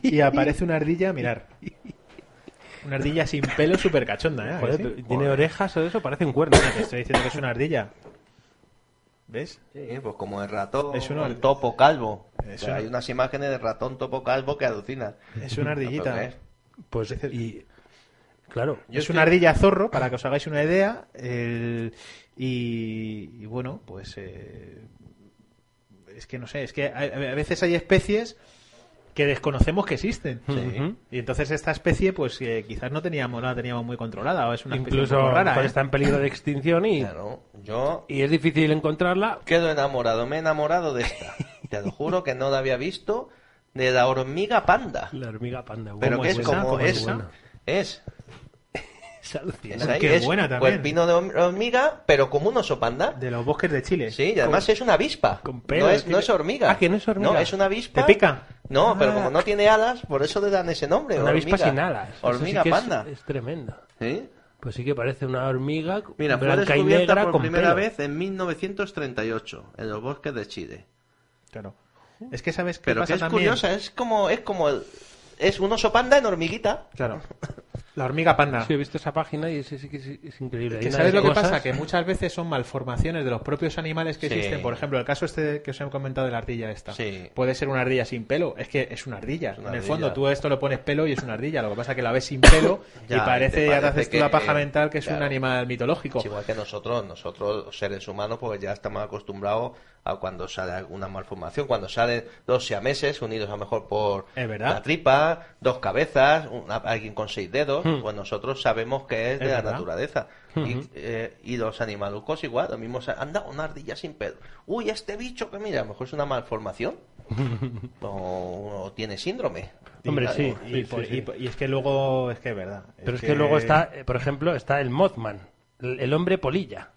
Speaker 5: y aparece una ardilla, mirar. Una ardilla sin pelo súper cachonda, ¿eh? ¿A que
Speaker 3: Joder,
Speaker 5: sí?
Speaker 3: pero ¿Tiene orejas o eso? Parece un cuerno.
Speaker 5: Te estoy diciendo que es una ardilla. ¿Ves?
Speaker 4: Sí, pues como el ratón,
Speaker 5: Es una-
Speaker 4: el topo calvo.
Speaker 5: Es
Speaker 4: O sea,
Speaker 5: una-
Speaker 4: Hay unas imágenes de ratón topo calvo que alucinas.
Speaker 5: Es una
Speaker 4: No,
Speaker 5: ardillita.
Speaker 4: pero,
Speaker 3: Pues, y claro,
Speaker 4: Yo
Speaker 5: es
Speaker 4: estoy-
Speaker 5: una ardilla zorro, para que os hagáis una idea. el- y, y bueno, pues. eh, es que no sé, es que hay- a veces hay especies que desconocemos que existen.
Speaker 3: Ujú.
Speaker 5: Y entonces esta especie, pues eh, quizás no teníamos, no la teníamos muy controlada, o es una especie
Speaker 3: incluso
Speaker 5: un poco
Speaker 3: a lo mejor
Speaker 5: rara. ¿eh?
Speaker 3: está en peligro de extinción y,
Speaker 4: Claro, yo
Speaker 3: y es difícil encontrarla.
Speaker 4: quedo enamorado, me he enamorado de esta. Te lo juro que no la había visto, de la hormiga panda.
Speaker 3: La hormiga panda.
Speaker 4: Pero
Speaker 5: ¿Cómo
Speaker 4: que
Speaker 5: es
Speaker 4: es,
Speaker 5: buena?
Speaker 4: como
Speaker 5: ¿Cómo es
Speaker 4: esa.
Speaker 5: buena?
Speaker 4: Es
Speaker 3: Ah, Es alucinante.
Speaker 4: Es Pues ahí,
Speaker 5: Qué
Speaker 4: es
Speaker 5: buena también.
Speaker 4: Cuerpino de hom- hormiga, pero como un oso panda.
Speaker 5: De los bosques de Chile.
Speaker 4: Sí, y además es una avispa.
Speaker 3: con pelo,
Speaker 4: no,
Speaker 3: es
Speaker 4: es,
Speaker 3: que-
Speaker 4: no es hormiga.
Speaker 3: Ah, que no es hormiga.
Speaker 4: No, es una avispa.
Speaker 5: ¿Te pica?
Speaker 4: No, pero
Speaker 5: Ah.
Speaker 4: como no tiene alas, por eso le dan ese nombre.
Speaker 3: Una avispa
Speaker 4: hormiga.
Speaker 3: sin alas. Eso
Speaker 4: Hormiga
Speaker 3: sí que es-
Speaker 4: panda.
Speaker 3: Es, tremenda.
Speaker 4: ¿Sí?
Speaker 3: Pues sí que parece una hormiga
Speaker 4: Mira, fue
Speaker 3: blanca y
Speaker 4: descubierta
Speaker 3: negra
Speaker 4: por
Speaker 3: con pelo.
Speaker 4: primera vez en 1938 en los bosques de Chile.
Speaker 5: Claro. Es que sabes qué
Speaker 4: Pero
Speaker 5: pasa
Speaker 4: que es
Speaker 5: también.
Speaker 4: curiosa, es como es como el- es un oso panda en hormiguita.
Speaker 5: Claro. La hormiga panda.
Speaker 3: Sí, he visto esa página y es, es- es- es increíble. Hay
Speaker 5: Que
Speaker 3: una
Speaker 5: ¿Sabes
Speaker 3: de
Speaker 5: lo que
Speaker 3: cosas-
Speaker 5: pasa? Que muchas veces son malformaciones de los propios animales que
Speaker 4: Sí.
Speaker 5: existen. Por ejemplo, el caso este que os he comentado de la ardilla esta.
Speaker 4: Sí.
Speaker 5: Puede ser una ardilla sin pelo. Es que es una ardilla.
Speaker 4: una
Speaker 5: en el
Speaker 4: ardilla.
Speaker 5: fondo tú a esto le pones pelo y es una ardilla. Lo que pasa es que la ves sin pelo
Speaker 4: Ya,
Speaker 5: y parece,
Speaker 4: y te
Speaker 5: ya te
Speaker 4: parece
Speaker 5: haces tú la
Speaker 4: que-
Speaker 5: paja mental que es un
Speaker 4: claro.
Speaker 5: animal mitológico.
Speaker 4: Es igual que nosotros, nosotros seres humanos, porque ya estamos acostumbrados a cuando sale alguna malformación, cuando salen dos siameses unidos a lo mejor por
Speaker 5: Es verdad.
Speaker 4: la tripa, dos cabezas, una- alguien con seis dedos, pues nosotros sabemos que es de
Speaker 5: Es
Speaker 4: la
Speaker 5: verdad.
Speaker 4: naturaleza. y, eh, y los animalucos igual, lo mismo, sa- anda, una ardilla sin pelo. Uy, este bicho que mira, a lo mejor es una malformación o, o tiene síndrome.
Speaker 3: Hombre,
Speaker 4: Claro.
Speaker 3: sí.
Speaker 5: Y, por-
Speaker 3: sí.
Speaker 5: y- y es que luego es que es verdad.
Speaker 3: Pero es que luego está, eh, por ejemplo, está el Mothman, el el hombre polilla.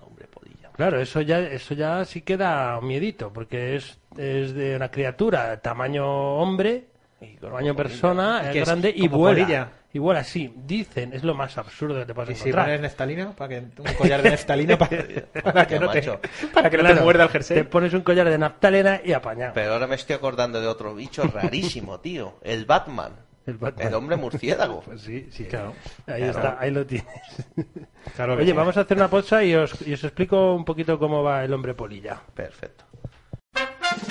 Speaker 4: Hombre, polilla.
Speaker 3: Claro, eso ya, eso ya sí queda miedito, porque es, es de una criatura tamaño hombre,
Speaker 4: Y cuerpo
Speaker 3: tamaño
Speaker 4: polilla.
Speaker 3: persona,
Speaker 5: Y
Speaker 3: es
Speaker 5: que es
Speaker 3: grande y
Speaker 5: como
Speaker 3: vuela.
Speaker 5: polilla.
Speaker 3: Y vuela, sí. Dicen, es lo más absurdo que te puedes
Speaker 5: ¿Y si
Speaker 3: encontrar.
Speaker 5: pones neftalina? Para que, un collar de neftalina para, para que no te,
Speaker 4: Macho.
Speaker 5: para que no te
Speaker 3: Claro,
Speaker 5: muerda el jersey.
Speaker 3: Te pones un collar de naftalena y apañado.
Speaker 4: Pero ahora me estoy acordando de otro bicho rarísimo, tío. El Batman.
Speaker 3: El Batman.
Speaker 4: El hombre murciélago.
Speaker 3: Pues sí, sí, claro. Ahí
Speaker 4: Claro.
Speaker 3: está, ahí lo tienes.
Speaker 5: Claro que
Speaker 3: Oye,
Speaker 5: sí.
Speaker 3: vamos a hacer una pausa y os, y os explico un poquito cómo va el hombre polilla.
Speaker 4: Perfecto.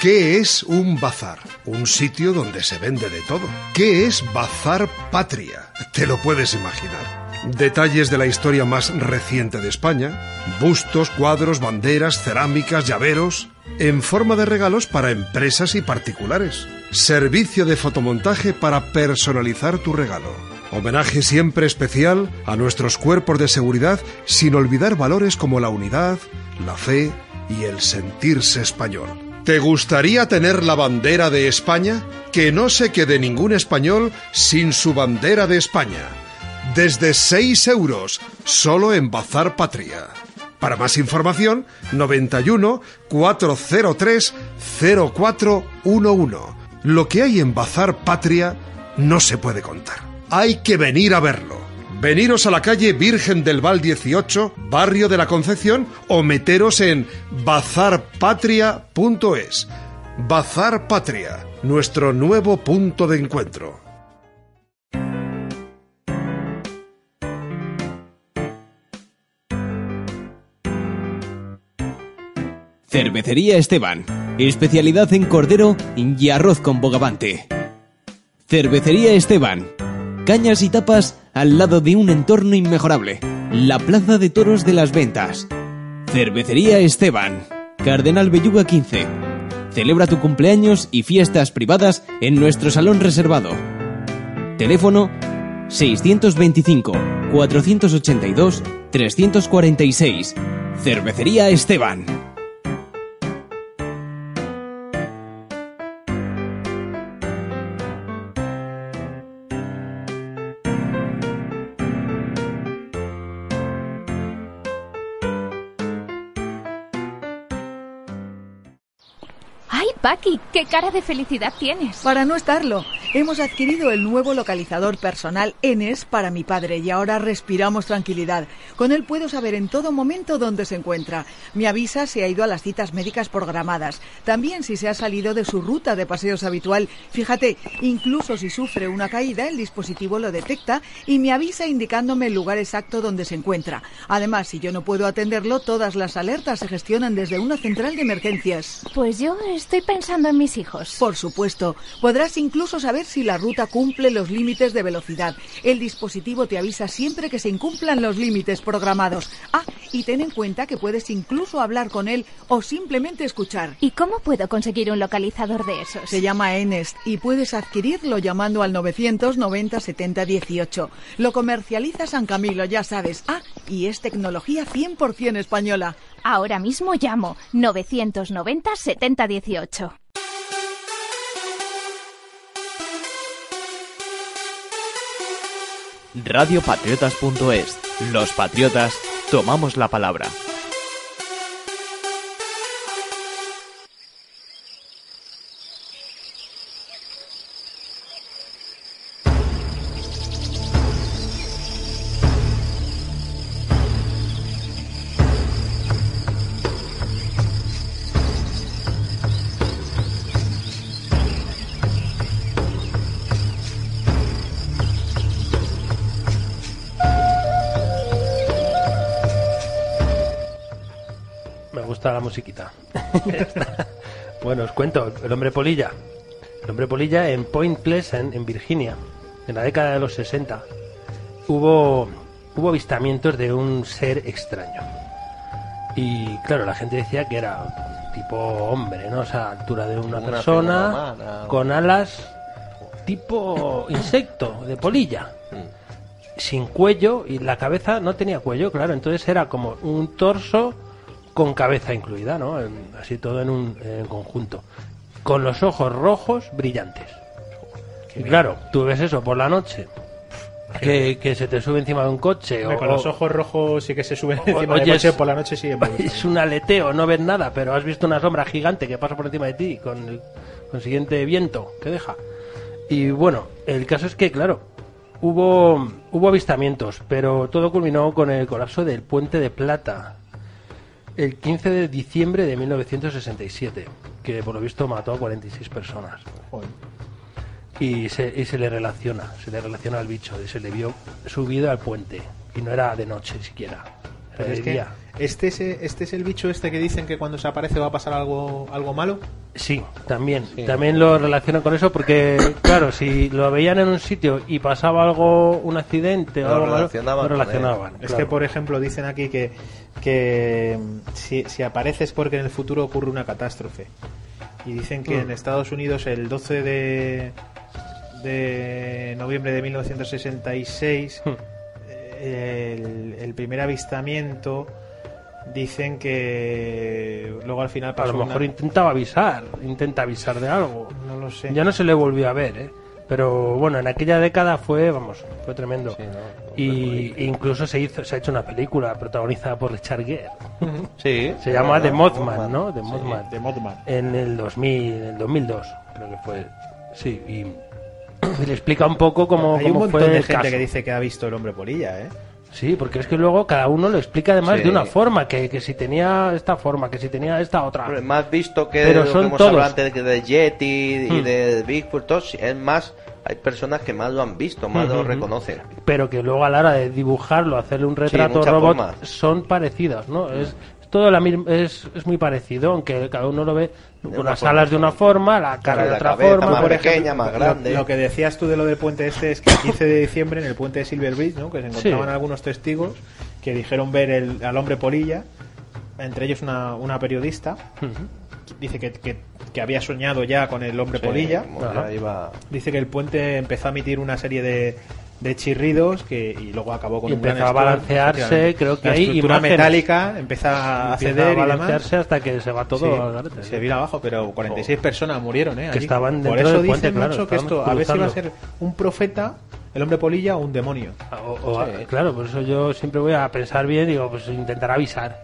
Speaker 6: ¿Qué es un bazar? Un sitio donde se vende de todo. ¿Qué es Bazar Patria? Te lo puedes imaginar. Detalles de la historia más reciente de España, bustos, cuadros, banderas, cerámicas, llaveros, en forma de regalos para empresas y particulares. Servicio de fotomontaje para personalizar tu regalo. Homenaje siempre especial a nuestros cuerpos de seguridad sin olvidar valores como la unidad, la fe y el sentirse español. ¿Te gustaría tener la bandera de España? Que no se quede ningún español sin su bandera de España. Desde 6 euros, solo en Bazar Patria. Para más información, 91 403 0411. Lo que hay en Bazar Patria no se puede contar. Hay que venir a verlo. Veniros a la calle Virgen del Val 18, barrio de la Concepción, o meteros en bazarpatria.es. Bazar Patria, nuestro nuevo punto de encuentro.
Speaker 7: Cervecería Esteban. Especialidad en cordero y arroz con bogavante. Cervecería Esteban. Cañas y tapas al lado de un entorno inmejorable. La Plaza de Toros de las Ventas. Cervecería Esteban. Cardenal Belluga 15. Celebra tu cumpleaños y fiestas privadas en nuestro salón reservado. Teléfono 625 482 346. Cervecería Esteban.
Speaker 8: ¡Ay, Paqui! ¡Qué cara de felicidad tienes!
Speaker 9: Para no estarlo, hemos adquirido el nuevo localizador personal ENES para mi padre y ahora respiramos tranquilidad. Con él puedo saber en todo momento dónde se encuentra. Me avisa si ha ido a las citas médicas programadas. También si se ha salido de su ruta de paseos habitual. Fíjate, incluso si sufre una caída, el dispositivo lo detecta y me avisa indicándome el lugar exacto donde se encuentra. Además, si yo no puedo atenderlo, todas las alertas se gestionan desde una central de emergencias.
Speaker 8: Pues yo estoy pensando en mis hijos.
Speaker 9: Por supuesto, podrás incluso saber si la ruta cumple los límites de velocidad. El dispositivo te avisa siempre que se incumplan los límites programados. Ah, y ten en cuenta que puedes incluso hablar con él o simplemente escuchar.
Speaker 8: ¿Y cómo puedo conseguir un localizador de esos?
Speaker 9: Se llama Enest y puedes adquirirlo llamando al 990 70 18. Lo comercializa San Camilo, ya sabes. Ah, y es tecnología 100% española.
Speaker 8: Ahora mismo llamo 990 70 18.
Speaker 2: Radiopatriotas.es. Los patriotas tomamos la palabra.
Speaker 3: Me gusta la musiquita. Ya está. bueno, os cuento, el hombre polilla. El hombre polilla en Point Pleasant, en Virginia, en la década de los 60, hubo, hubo avistamientos de un ser extraño. Y claro, la gente decía que era tipo hombre, ¿no? O sea, altura de una,
Speaker 4: Una
Speaker 3: persona,
Speaker 4: figura humana.
Speaker 3: con alas tipo insecto, de polilla sin cuello y la cabeza no tenía cuello, claro, entonces era como un torso con cabeza incluida, ¿no? En- así todo en un en conjunto. Con los ojos rojos brillantes. Y claro, tú ves eso por la noche, que, que se te sube encima de un coche
Speaker 5: Hombre,
Speaker 3: o,
Speaker 5: con los
Speaker 3: o-
Speaker 5: ojos rojos sí que se suben encima
Speaker 3: oyes-
Speaker 5: del coche por la noche sí. hemos visto.
Speaker 3: es un aleteo, no ves nada, pero has visto una sombra gigante que pasa por encima de ti con el consiguiente viento que deja. Y bueno, el caso es que, claro, hubo, hubo avistamientos, pero todo culminó con el colapso del puente de plata el 15 de diciembre de 1967, que por lo visto mató a 46 personas.
Speaker 5: Joder.
Speaker 3: Y se, y se le relaciona, se le relaciona al bicho, y se le vio subido al puente. Y no era de noche siquiera, era
Speaker 5: Pero
Speaker 3: de
Speaker 5: es que
Speaker 3: día.
Speaker 5: este es, este es el bicho este que dicen que cuando se aparece va a pasar algo, algo malo.
Speaker 3: Sí, también. También lo relacionan con eso porque, claro, si lo veían en un sitio y pasaba algo, un accidente o
Speaker 4: Lo
Speaker 3: algo malo,
Speaker 4: relacionaban
Speaker 3: lo
Speaker 4: con él.
Speaker 3: relacionaban.
Speaker 5: Es
Speaker 3: claro.
Speaker 5: que, por ejemplo, dicen aquí que, que mm, si, si apareces porque en el futuro ocurre una catástrofe. Y dicen que
Speaker 3: Mm.
Speaker 5: en Estados Unidos el 12 de, de noviembre de 1966,
Speaker 3: Mm.
Speaker 5: eh, el, el primer avistamiento, dicen que luego al final
Speaker 3: A
Speaker 5: pasó
Speaker 3: lo mejor
Speaker 5: una-
Speaker 3: intentaba avisar, intenta avisar de algo.
Speaker 5: No lo sé.
Speaker 3: Ya no se le volvió a ver, ¿eh? Pero bueno, en aquella década fue, vamos, fue tremendo. y incluso se hizo, se ha hecho una película protagonizada por Richard Gere.
Speaker 4: Sí.
Speaker 3: Se llama The Mothman,
Speaker 4: Mothman.
Speaker 3: ¿no? The Mothman.
Speaker 5: Eh, De Mothman.
Speaker 3: en el 2000, en el 2002, creo que fue. Sí, y, y le explica un poco cómo,
Speaker 5: Hay un
Speaker 3: cómo
Speaker 5: montón
Speaker 3: fue
Speaker 5: de
Speaker 3: el
Speaker 5: gente
Speaker 3: caso.
Speaker 5: que dice que ha visto el hombre polilla, ¿eh?
Speaker 3: Sí, porque es que luego cada uno lo explica además
Speaker 4: Sí.
Speaker 3: de una forma, que, que si tenía esta forma, que si tenía esta otra.
Speaker 4: Hombre, más visto que
Speaker 3: Pero
Speaker 4: lo
Speaker 3: son
Speaker 4: que hemos
Speaker 3: todos.
Speaker 4: hablado antes de, de Yeti y
Speaker 3: Hmm.
Speaker 4: de Bigfoot, todos, es más, hay personas que más lo han visto, más lo
Speaker 3: Ujú.
Speaker 4: reconocen.
Speaker 3: Pero que luego a la hora de dibujarlo, hacerle un retrato
Speaker 4: mucha
Speaker 3: robot,
Speaker 4: forma. Mm.
Speaker 3: son parecidas, ¿no? Es, es todo la misma, es, es muy parecido, aunque cada uno lo ve con
Speaker 4: una
Speaker 3: las
Speaker 4: forma.
Speaker 3: alas de una forma, la cara
Speaker 4: Claro,
Speaker 3: de
Speaker 4: la
Speaker 3: otra
Speaker 4: cabeza
Speaker 3: forma.
Speaker 4: más
Speaker 3: por
Speaker 4: pequeña,
Speaker 3: ejemplo.
Speaker 4: más
Speaker 5: Lo-
Speaker 4: grande.
Speaker 5: Lo, que decías tú de lo del puente este es que el 15 de diciembre en el puente de Silver Bridge, ¿no? Que se encontraban
Speaker 3: Sí.
Speaker 5: algunos testigos que dijeron ver el- al hombre polilla, entre ellos una, una periodista, dice que, que- que había soñado ya con el hombre polilla,
Speaker 4: Como ya
Speaker 3: Ajá.
Speaker 4: iba-
Speaker 5: dice que el puente empezó a emitir una serie de de chirridos que y luego acabó con
Speaker 3: Y
Speaker 5: un gran
Speaker 3: empezó a
Speaker 5: estruendo,
Speaker 3: balancearse,
Speaker 5: efectivamente.
Speaker 3: creo que
Speaker 5: la
Speaker 3: hay
Speaker 5: estructura
Speaker 3: imágenes.
Speaker 5: metálica empieza a
Speaker 3: Empieza
Speaker 5: ceder
Speaker 3: a
Speaker 5: y demás.
Speaker 3: balancearse hasta que se va todo
Speaker 5: Sí,
Speaker 3: al garete,
Speaker 5: se
Speaker 3: sí.
Speaker 5: vino abajo, pero 46 personas murieron, ¿eh?
Speaker 3: Que estaban
Speaker 5: Por
Speaker 3: dentro
Speaker 5: eso
Speaker 3: del puente,
Speaker 5: dicen
Speaker 3: claro,
Speaker 5: mucho que
Speaker 3: estaban
Speaker 5: esto, a ver si va a
Speaker 3: cruzando.
Speaker 5: ser un profeta, el hombre polilla o un demonio.
Speaker 3: O- Ah, o- a- claro, por eso yo siempre voy a pensar bien, digo, pues intentar avisar.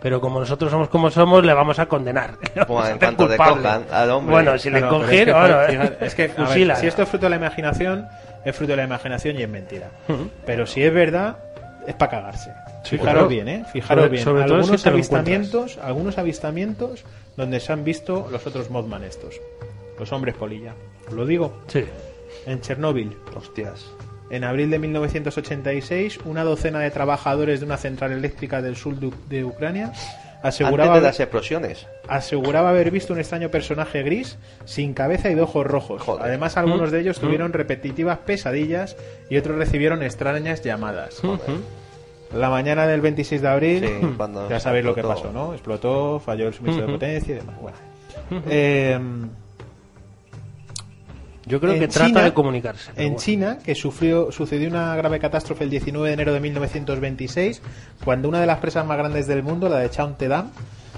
Speaker 3: Pero como nosotros somos como somos, le vamos a condenar. Le vamos
Speaker 4: Bueno,
Speaker 3: a
Speaker 4: en
Speaker 3: hacer
Speaker 4: cuanto le
Speaker 3: culpable.
Speaker 4: cojan al hombre.
Speaker 3: Bueno, si le
Speaker 5: Claro, pero
Speaker 3: cogen,
Speaker 5: es que,
Speaker 3: bueno, eh,
Speaker 5: joder, fijar- es que, a ver,
Speaker 3: fusila.
Speaker 5: si esto es fruto de la imaginación, es fruto de la imaginación y es mentira. Pero si es verdad, es para cagarse. Fijaros
Speaker 3: claro.
Speaker 5: bien, ¿eh? Fijaros
Speaker 3: Sobre-
Speaker 5: bien.
Speaker 3: sobre todo
Speaker 5: algunos
Speaker 3: si te lo
Speaker 5: avistamientos, algunos avistamientos donde se han visto los otros Modman estos, los hombres polilla. Os Lo digo,
Speaker 3: Sí.
Speaker 5: en Chernóbil.
Speaker 4: Hostias.
Speaker 5: En abril de 1986, una docena de trabajadores de una central eléctrica del sur de, U- de Ucrania aseguraba,
Speaker 4: Antes de las explosiones.
Speaker 5: aseguraba haber visto un extraño personaje gris sin cabeza y de ojos rojos.
Speaker 4: Joder.
Speaker 5: Además, algunos
Speaker 3: Mm,
Speaker 5: de ellos tuvieron repetitivas pesadillas y otros recibieron extrañas
Speaker 3: ¿Mm?
Speaker 5: llamadas. La mañana del 26 de abril,
Speaker 4: Sí, cuando
Speaker 5: ya sabéis lo que
Speaker 4: explotó.
Speaker 5: pasó, ¿no? Explotó, falló el suministro
Speaker 3: Ujú.
Speaker 5: de potencia y demás. Bueno.
Speaker 3: ¿Mm?
Speaker 5: Em,
Speaker 3: Yo creo
Speaker 5: En
Speaker 3: que trata
Speaker 5: China-
Speaker 3: de comunicarse. pero
Speaker 5: En
Speaker 3: bueno.
Speaker 5: China, que sufrió, sucedió una grave catástrofe el 19 de enero de 1926, cuando una de las presas más grandes del mundo, la de Changte Dam,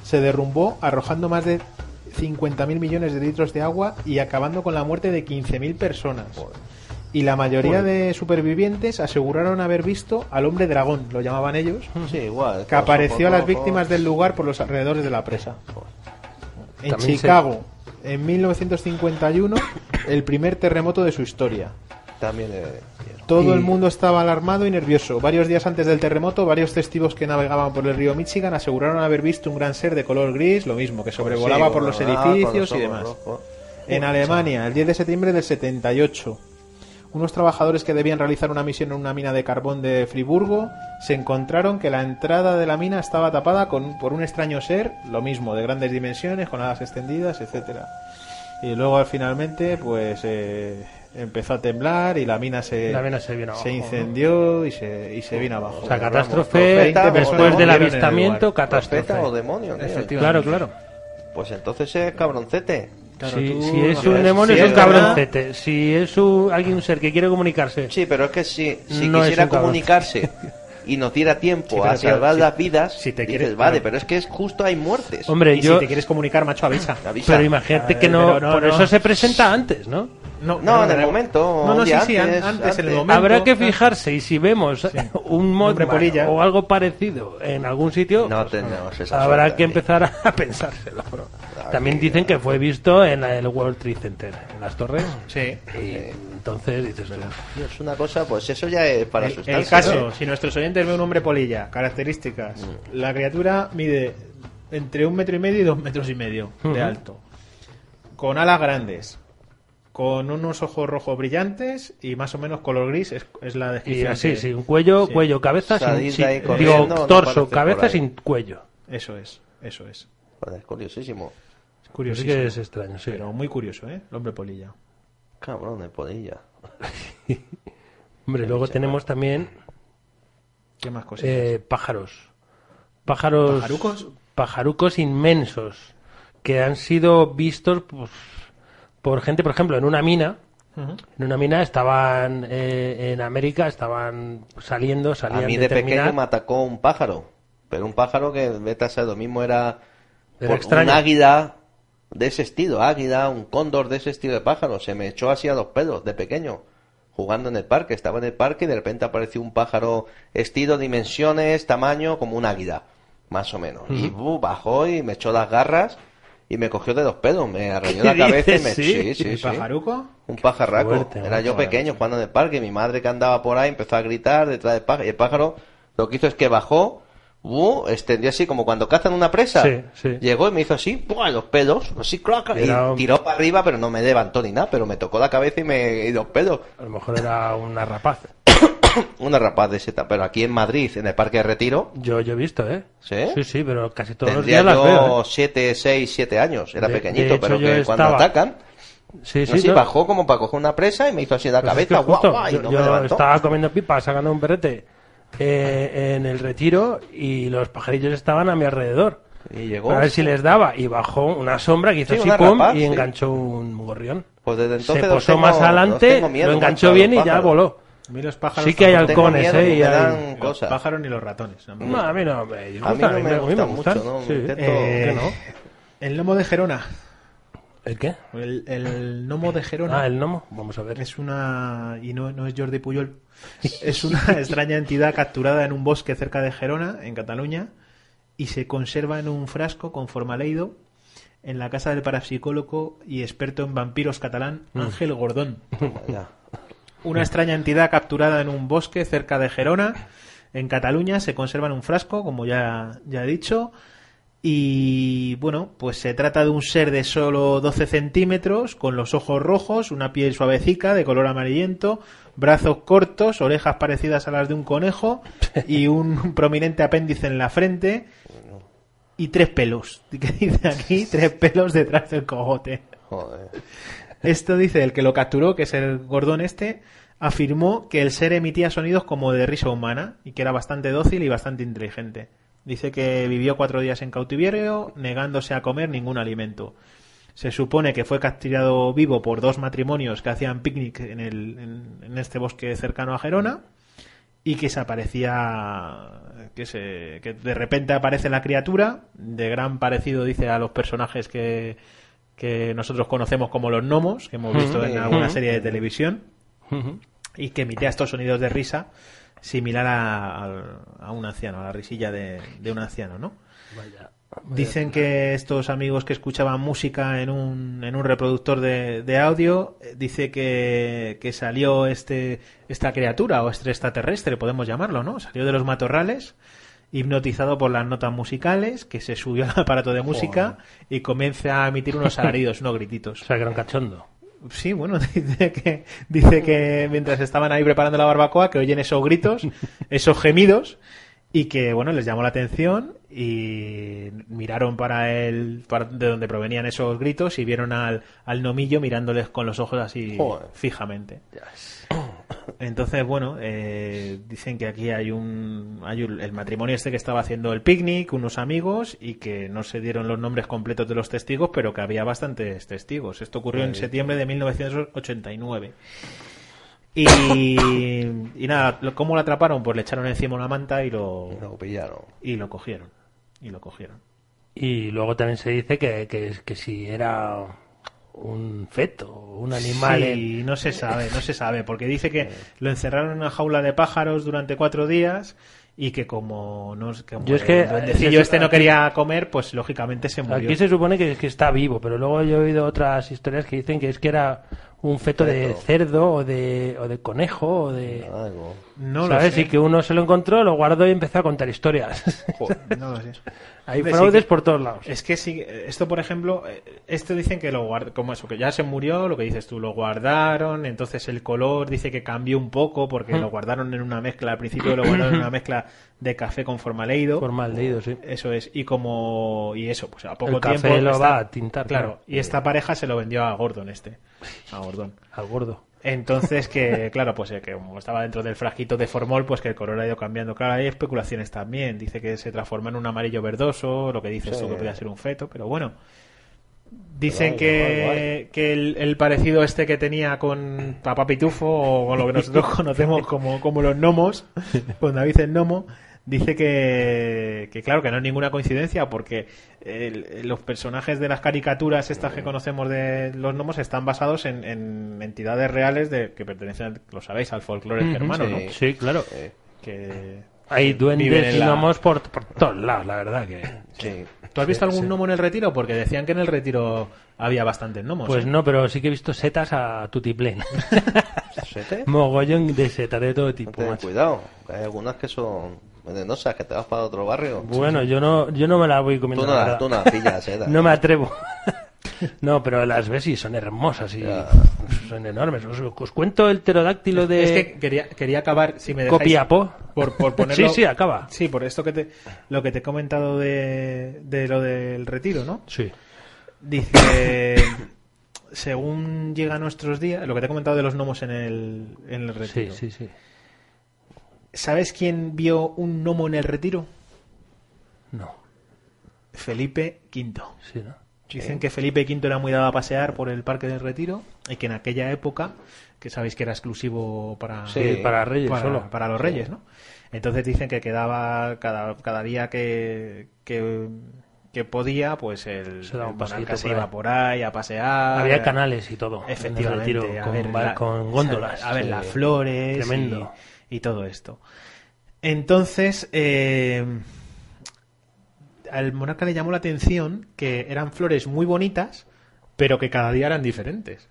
Speaker 5: se derrumbó arrojando más de 50.000 millones de litros de agua y acabando con la muerte de 15.000 personas. Y la mayoría de supervivientes aseguraron haber visto al hombre dragón, lo llamaban ellos,
Speaker 3: Hmm.
Speaker 4: Sí, igual.
Speaker 5: que apareció a las víctimas del lugar por los alrededores de la presa. En
Speaker 3: También se-
Speaker 5: Chicago, en 1951, el primer terremoto de su historia.
Speaker 4: También. eh,
Speaker 5: Todo
Speaker 3: Y-
Speaker 5: el mundo estaba alarmado y nervioso. Varios días antes del terremoto, varios testigos que navegaban por el río Michigan aseguraron haber visto un gran ser de color gris, lo mismo, que sobrevolaba
Speaker 4: sí,
Speaker 5: por los
Speaker 4: volaba, con los
Speaker 5: edificios
Speaker 4: ojos
Speaker 5: y demás.
Speaker 4: rojos.
Speaker 5: En Alemania, el 10 de septiembre del 78, unos trabajadores que debían realizar una misión en una mina de carbón de Friburgo se encontraron que la entrada de la mina estaba tapada con, por un extraño ser, lo mismo, de grandes dimensiones, con alas extendidas, etcétera. Y luego finalmente, pues eh, empezó a temblar y la mina se,
Speaker 3: La mina se vino abajo,
Speaker 5: incendió y se, y se vino abajo.
Speaker 3: O sea, catástrofe,
Speaker 5: Vamos, profeta,
Speaker 3: después
Speaker 5: vamos,
Speaker 3: del
Speaker 5: murieron en el
Speaker 3: avistamiento,
Speaker 5: lugar.
Speaker 3: catástrofe.
Speaker 4: Profeta o demonio, tío.
Speaker 3: Claro, claro.
Speaker 4: Pues entonces es cabroncete.
Speaker 5: Claro,
Speaker 3: si,
Speaker 5: tú-
Speaker 3: si es
Speaker 4: no
Speaker 3: un
Speaker 4: sé,
Speaker 3: demonio
Speaker 4: si
Speaker 3: es un
Speaker 4: es verdad.
Speaker 3: cabroncete. Si es un, alguien, un ser que quiere comunicarse.
Speaker 4: Sí, pero es que si, si
Speaker 3: No es
Speaker 4: quisiera
Speaker 3: un cabrón.
Speaker 4: comunicarse y nos diera tiempo
Speaker 5: Sí, pero
Speaker 4: a salvar
Speaker 5: claro, si-
Speaker 4: las vidas,
Speaker 5: si te
Speaker 4: dices,
Speaker 5: quieres-
Speaker 4: vale,
Speaker 5: claro.
Speaker 4: pero es que es justo hay muertes.
Speaker 3: Hombre,
Speaker 5: Y
Speaker 3: yo.
Speaker 5: si te quieres comunicar, macho, avisa.
Speaker 4: Avisa.
Speaker 3: Pero imagínate que no.
Speaker 5: Pero no,
Speaker 3: por
Speaker 5: no.
Speaker 3: eso se presenta antes, ¿no?
Speaker 4: No, en el momento,
Speaker 5: No, no,
Speaker 4: un
Speaker 5: sí,
Speaker 4: día
Speaker 5: sí, an-
Speaker 4: antes,
Speaker 5: antes, en el
Speaker 4: antes.
Speaker 5: momento. Ah,
Speaker 3: Habrá que
Speaker 5: claro.
Speaker 3: fijarse y si vemos un mod
Speaker 5: Hombre polilla.
Speaker 3: o algo parecido en algún sitio,
Speaker 4: No
Speaker 3: pues,
Speaker 4: tenemos esa
Speaker 3: habrá
Speaker 4: suerte,
Speaker 3: que
Speaker 4: sí.
Speaker 3: empezar a, pensárselo. pero También dicen que fue visto en el World Trade Center, en las torres.
Speaker 5: Sí.
Speaker 3: Y entonces dices,
Speaker 4: Es una cosa, pues eso ya es para ¿eh?
Speaker 5: El-
Speaker 4: asustarse.
Speaker 5: El caso,
Speaker 4: ¿no?
Speaker 5: si nuestros oyentes ven un hombre polilla, características. La criatura mide entre un metro y medio y dos metros y medio de
Speaker 3: Ujú.
Speaker 5: alto. Con alas grandes. Con unos ojos rojos brillantes y más o menos color gris es, es la
Speaker 3: y
Speaker 5: descripción.
Speaker 3: así,
Speaker 5: que-
Speaker 3: sí, un cuello,
Speaker 5: Sí.
Speaker 3: cuello, cabeza, sin,
Speaker 4: Salir de ahí
Speaker 3: sin-
Speaker 4: corriendo,
Speaker 3: digo,
Speaker 4: no
Speaker 3: torso,
Speaker 4: apareces por
Speaker 3: cabeza
Speaker 4: ahí.
Speaker 3: sin cuello.
Speaker 5: Eso es, eso es.
Speaker 4: Joder, curiosísimo.
Speaker 5: Es
Speaker 3: Así
Speaker 5: curiosísimo.
Speaker 3: que es extraño, sí.
Speaker 5: Pero muy curioso, ¿eh? El hombre polilla.
Speaker 4: Cabrón, de polilla.
Speaker 3: Hombre, luego tenemos también
Speaker 5: ¿Qué más
Speaker 4: Pues
Speaker 5: cosas?
Speaker 3: eh, pájaros. Pájaros.
Speaker 5: ¿Pajarucos?
Speaker 3: pajarucos inmensos que han sido vistos pues, por gente, por ejemplo, en una mina.
Speaker 5: Ujú.
Speaker 3: En una mina estaban eh, en América, estaban saliendo,
Speaker 4: A
Speaker 3: salían
Speaker 4: mí de pequeño
Speaker 3: terminar.
Speaker 4: me atacó un pájaro. Pero un pájaro que, vete a saber, lo mismo era,
Speaker 3: Era
Speaker 4: por- un
Speaker 3: extraño.
Speaker 4: águila de ese estilo, águila, un cóndor de ese estilo de pájaro. Se me echó así a los pelos de pequeño, jugando en el parque. Estaba en el parque y de repente apareció un pájaro estilo, dimensiones, tamaño, como un águila, más o menos. Y buh, bajó y me echó las garras y me cogió de los pelos. Me arregló la
Speaker 3: ¿Qué
Speaker 4: cabeza y me...
Speaker 3: dices? ¿Sí?
Speaker 4: sí, sí,
Speaker 5: ¿El
Speaker 4: sí.
Speaker 5: pajaruco?
Speaker 4: Un pajarraco.
Speaker 3: Fuerte,
Speaker 4: Era yo
Speaker 3: macho.
Speaker 4: pequeño jugando en el parque. y Mi madre que andaba por ahí empezó a gritar detrás del pájaro. Y el pájaro lo que hizo es que bajó, ¡bu! extendió así como cuando cazan una presa.
Speaker 3: Sí, sí.
Speaker 4: Llegó y me hizo así, ¡buah! los pelos, así craca,
Speaker 3: Era
Speaker 4: y
Speaker 3: un-
Speaker 4: tiró para arriba, pero no me levantó ni nada, pero me tocó la cabeza y me y los pelos.
Speaker 3: A lo mejor era una rapaz.
Speaker 4: Una rapaz de ese ta- Pero aquí en Madrid, en el parque de retiro,
Speaker 3: Yo, yo he visto, ¿eh?
Speaker 4: ¿Sí?
Speaker 3: Sí, sí, pero casi todos
Speaker 4: tendría
Speaker 3: los días
Speaker 4: yo
Speaker 3: las veo. ¿eh?
Speaker 4: 7, 6, 7 años. Era
Speaker 3: De- de
Speaker 4: pequeñito,
Speaker 3: hecho,
Speaker 4: pero
Speaker 3: yo
Speaker 4: que cuando
Speaker 3: estaba-
Speaker 4: atacan,
Speaker 3: Sí, sí.
Speaker 4: así
Speaker 3: ¿no?
Speaker 4: bajó como para coger una presa y me hizo así la
Speaker 3: Pues es que
Speaker 4: cabeza, guau,
Speaker 3: justo,
Speaker 4: guau, y
Speaker 3: yo,
Speaker 4: no
Speaker 3: yo
Speaker 4: me levantó.
Speaker 3: estaba comiendo pipa, sacando un perrete eh, en el retiro y los pajarillos estaban a mi alrededor.
Speaker 4: Y llegó.
Speaker 3: A ver si les daba. Y bajó una sombra que hizo
Speaker 4: Sí,
Speaker 3: así,
Speaker 4: una
Speaker 3: pum,
Speaker 4: rapaz,
Speaker 3: y
Speaker 4: sí.
Speaker 3: enganchó un gorrión.
Speaker 4: Pues desde entonces
Speaker 3: Se
Speaker 4: los
Speaker 3: posó
Speaker 4: tengo-
Speaker 3: más
Speaker 4: los
Speaker 3: adelante,
Speaker 4: tengo miedo,
Speaker 3: lo
Speaker 4: macho,
Speaker 3: enganchó
Speaker 4: a
Speaker 3: bien
Speaker 4: los
Speaker 3: y ya
Speaker 4: pájaros.
Speaker 3: voló.
Speaker 5: A mí los pájaros
Speaker 3: Sí que hay
Speaker 4: Tengo
Speaker 3: halcones,
Speaker 4: miedo,
Speaker 3: ¿eh?
Speaker 4: me
Speaker 3: Y hay-
Speaker 4: dan-
Speaker 5: Los
Speaker 4: Cosas.
Speaker 5: pájaros ni los ratones. no me
Speaker 3: No, a mí no me disgustan,
Speaker 4: Mm. A mí no me
Speaker 3: a mí me
Speaker 4: gustan
Speaker 3: gustan.
Speaker 4: mucho, ¿no?
Speaker 3: Sí.
Speaker 4: Intento-
Speaker 3: Eh,
Speaker 5: Eh,
Speaker 3: ¿qué no?
Speaker 5: El gnomo de Gerona.
Speaker 3: ¿El qué?
Speaker 5: El, el gnomo de Gerona.
Speaker 3: Ah, el gnomo. Vamos a ver.
Speaker 5: Es una. Y no, no es Jordi Puyol. Es una extraña entidad capturada en un bosque cerca de Gerona, en Cataluña, y se conserva en un frasco con formaleído en la casa del parapsicólogo y experto en vampiros catalán Ángel Gordón.
Speaker 4: Ya.
Speaker 5: Una extraña entidad capturada en un bosque cerca de Gerona, en Cataluña, se conserva en un frasco, como ya, ya he dicho. Y bueno, pues se trata de un ser de solo 12 centímetros, con los ojos rojos, una piel suavecica de color amarillento, brazos cortos, orejas parecidas a las de un conejo y un prominente apéndice en la frente y tres pelos. ¿Qué dice aquí? Tres pelos detrás del cogote.
Speaker 4: Joder.
Speaker 5: Esto dice el que lo capturó, que es el gordón este, afirmó que el ser emitía sonidos como de risa humana y que era bastante dócil y bastante inteligente. Dice que vivió cuatro días en cautiverio, negándose a comer ningún alimento. Se supone que fue castigado vivo por dos matrimonios que hacían picnic en, el- en- en este bosque cercano a Gerona y que se aparecía que se que de repente aparece la criatura de gran parecido dice a los personajes que que nosotros conocemos como los gnomos que hemos visto en alguna serie de televisión y que emitía estos sonidos de risa similar a, al- a un anciano a la risilla de, de un anciano no Dicen que estos amigos que escuchaban música en un, en un reproductor de, de audio, eh, dice que, que salió este, esta criatura o este extraterrestre, podemos llamarlo, ¿no? Salió de los matorrales, hipnotizado por las notas musicales, que se subió al aparato de música y comienza a emitir unos alaridos, unos grititos.
Speaker 3: O sea, que era un cachondo.
Speaker 5: Sí, bueno, dice que, dice que mientras estaban ahí preparando la barbacoa, que oyen esos gritos, esos gemidos, y que, bueno, les llamó la atención y miraron para el, para de donde provenían esos gritos y vieron al, al nomillo mirándoles con los ojos así
Speaker 4: Joder.
Speaker 5: fijamente. Entonces, bueno, eh, dicen que aquí hay un, hay un- el matrimonio este que estaba haciendo el picnic, unos amigos, y que no se dieron los nombres completos de los testigos, pero que había bastantes testigos. Esto ocurrió en septiembre de 1989. Y, y nada, lo- ¿cómo lo atraparon? Pues le echaron encima una manta y lo,
Speaker 4: Lo pillaron.
Speaker 5: y lo cogieron. Y lo cogieron.
Speaker 3: Y luego también se dice que, que, que si era un feto, un animal. en-
Speaker 5: Sí, no se sabe, no se sabe, porque dice que lo encerraron en una jaula de pájaros durante cuatro días y que como no como
Speaker 3: Yo es que-
Speaker 5: el duendecillo
Speaker 3: eh,
Speaker 5: este no
Speaker 3: aquí-
Speaker 5: quería comer, pues lógicamente se murió.
Speaker 3: Aquí se supone que, que está vivo, pero luego yo he oído otras historias que dicen que es que era un feto de
Speaker 4: Feto. Ah,
Speaker 3: cerdo o de, o de conejo o de...
Speaker 4: Algo.
Speaker 5: No lo
Speaker 3: ¿Sabes?
Speaker 5: sé.
Speaker 3: Y que uno se lo encontró, lo guardó y empezó a contar historias.
Speaker 5: Joder, no lo sé.
Speaker 3: Hay
Speaker 5: Hombre, sí
Speaker 3: fraudes
Speaker 5: que-
Speaker 3: por todos lados.
Speaker 5: Es que sí, esto por ejemplo, eh, esto dicen que lo guardaron, como eso, que ya se murió, lo que dices tú, lo guardaron, entonces el color dice que cambió un poco porque lo guardaron en una mezcla, al principio lo guardaron en una mezcla de café con formaldehído.
Speaker 3: Por mal leído, sí.
Speaker 5: Eso es, y como, y eso, pues a poco
Speaker 3: El café
Speaker 5: tiempo.
Speaker 3: lo
Speaker 5: esta-
Speaker 3: va a tintar,
Speaker 5: Claro,
Speaker 3: claro.
Speaker 5: y esta pareja se lo vendió a Gordon este, a Gordon.
Speaker 3: Al gordo.
Speaker 5: Entonces que, claro, pues eh, que como estaba dentro del frasquito de formol, pues que el color ha ido cambiando. Claro, hay especulaciones también. Dice que se transforma en un amarillo verdoso, lo que dice
Speaker 4: Sí.
Speaker 5: esto que podía ser un feto, pero bueno. Dicen
Speaker 4: Guay,
Speaker 5: que,
Speaker 4: guay, guay.
Speaker 5: que el, el parecido este que tenía con Papá Pitufo, o con lo que nosotros conocemos como, como los gnomos, con David el gnomo, dice que, que claro, que no es ninguna coincidencia, porque el- los personajes de las caricaturas estas que conocemos de los gnomos están basados en, en entidades reales de que pertenecen, lo sabéis, al folclore germano,
Speaker 4: sí.
Speaker 5: ¿no?
Speaker 3: Sí, claro.
Speaker 4: Eh,
Speaker 5: Que...
Speaker 3: Hay
Speaker 5: Viven
Speaker 3: duendes
Speaker 5: en
Speaker 3: y
Speaker 5: la-
Speaker 3: gnomos por, por todos lados, la verdad que...
Speaker 4: Sí.
Speaker 5: ¿Tú has visto algún gnomo en el retiro? Porque decían que en el retiro había bastantes gnomos.
Speaker 3: Pues
Speaker 5: ¿eh?
Speaker 3: no, pero sí que he visto setas a tutiplén.
Speaker 4: ¿Sete?
Speaker 3: Mogollón de setas de todo tipo,
Speaker 4: Ten
Speaker 3: macho.
Speaker 4: cuidado, que hay algunas que son venenosas, que te vas para otro barrio.
Speaker 3: Bueno, yo no, yo no me la voy
Speaker 4: tú
Speaker 3: comiendo.
Speaker 4: no
Speaker 3: la
Speaker 4: las
Speaker 3: verdad.
Speaker 4: tú no las pillas, eh.
Speaker 3: No me atrevo. No, pero las ves y son hermosas y
Speaker 4: Ya.
Speaker 3: son enormes. Os, os cuento el pterodáctilo de...
Speaker 5: Es que quería, quería acabar, si me dejáis,
Speaker 3: Copiapó.
Speaker 5: por, por ponerlo...
Speaker 3: Sí, sí, acaba.
Speaker 5: Sí, por esto que te, lo que te he comentado de, de lo del retiro, ¿no?
Speaker 3: Sí.
Speaker 5: Dice, según llega a nuestros días, lo que te he comentado de los gnomos en el, en el
Speaker 3: Sí,
Speaker 5: retiro.
Speaker 3: sí, sí.
Speaker 5: ¿Sabes quién vio un gnomo en el retiro?
Speaker 3: No,
Speaker 5: Felipe V.
Speaker 3: sí, ¿no?
Speaker 5: Dicen que Felipe V era muy dado a pasear por el Parque del Retiro y que en aquella época, que sabéis que era exclusivo para,
Speaker 4: Sí, Sí,
Speaker 3: para reyes
Speaker 5: para,
Speaker 3: solo.
Speaker 5: para los reyes, ¿no? Entonces dicen que quedaba cada, cada día que, que, que podía, pues el,
Speaker 3: Se daba un
Speaker 5: el monarca
Speaker 3: paseíto
Speaker 5: se
Speaker 3: por
Speaker 5: iba
Speaker 3: ahí.
Speaker 5: por ahí a pasear.
Speaker 3: Había canales y todo.
Speaker 5: Eh, Efectivamente,
Speaker 3: en el retiro,
Speaker 5: a
Speaker 3: con,
Speaker 5: ver
Speaker 3: ba-
Speaker 5: la-
Speaker 3: con góndolas.
Speaker 5: A ver,
Speaker 3: Sí.
Speaker 5: las flores y-
Speaker 3: Tremendo.
Speaker 5: Y, todo esto. Entonces, eh, al monarca le llamó la atención que eran flores muy bonitas, pero que cada día eran diferentes.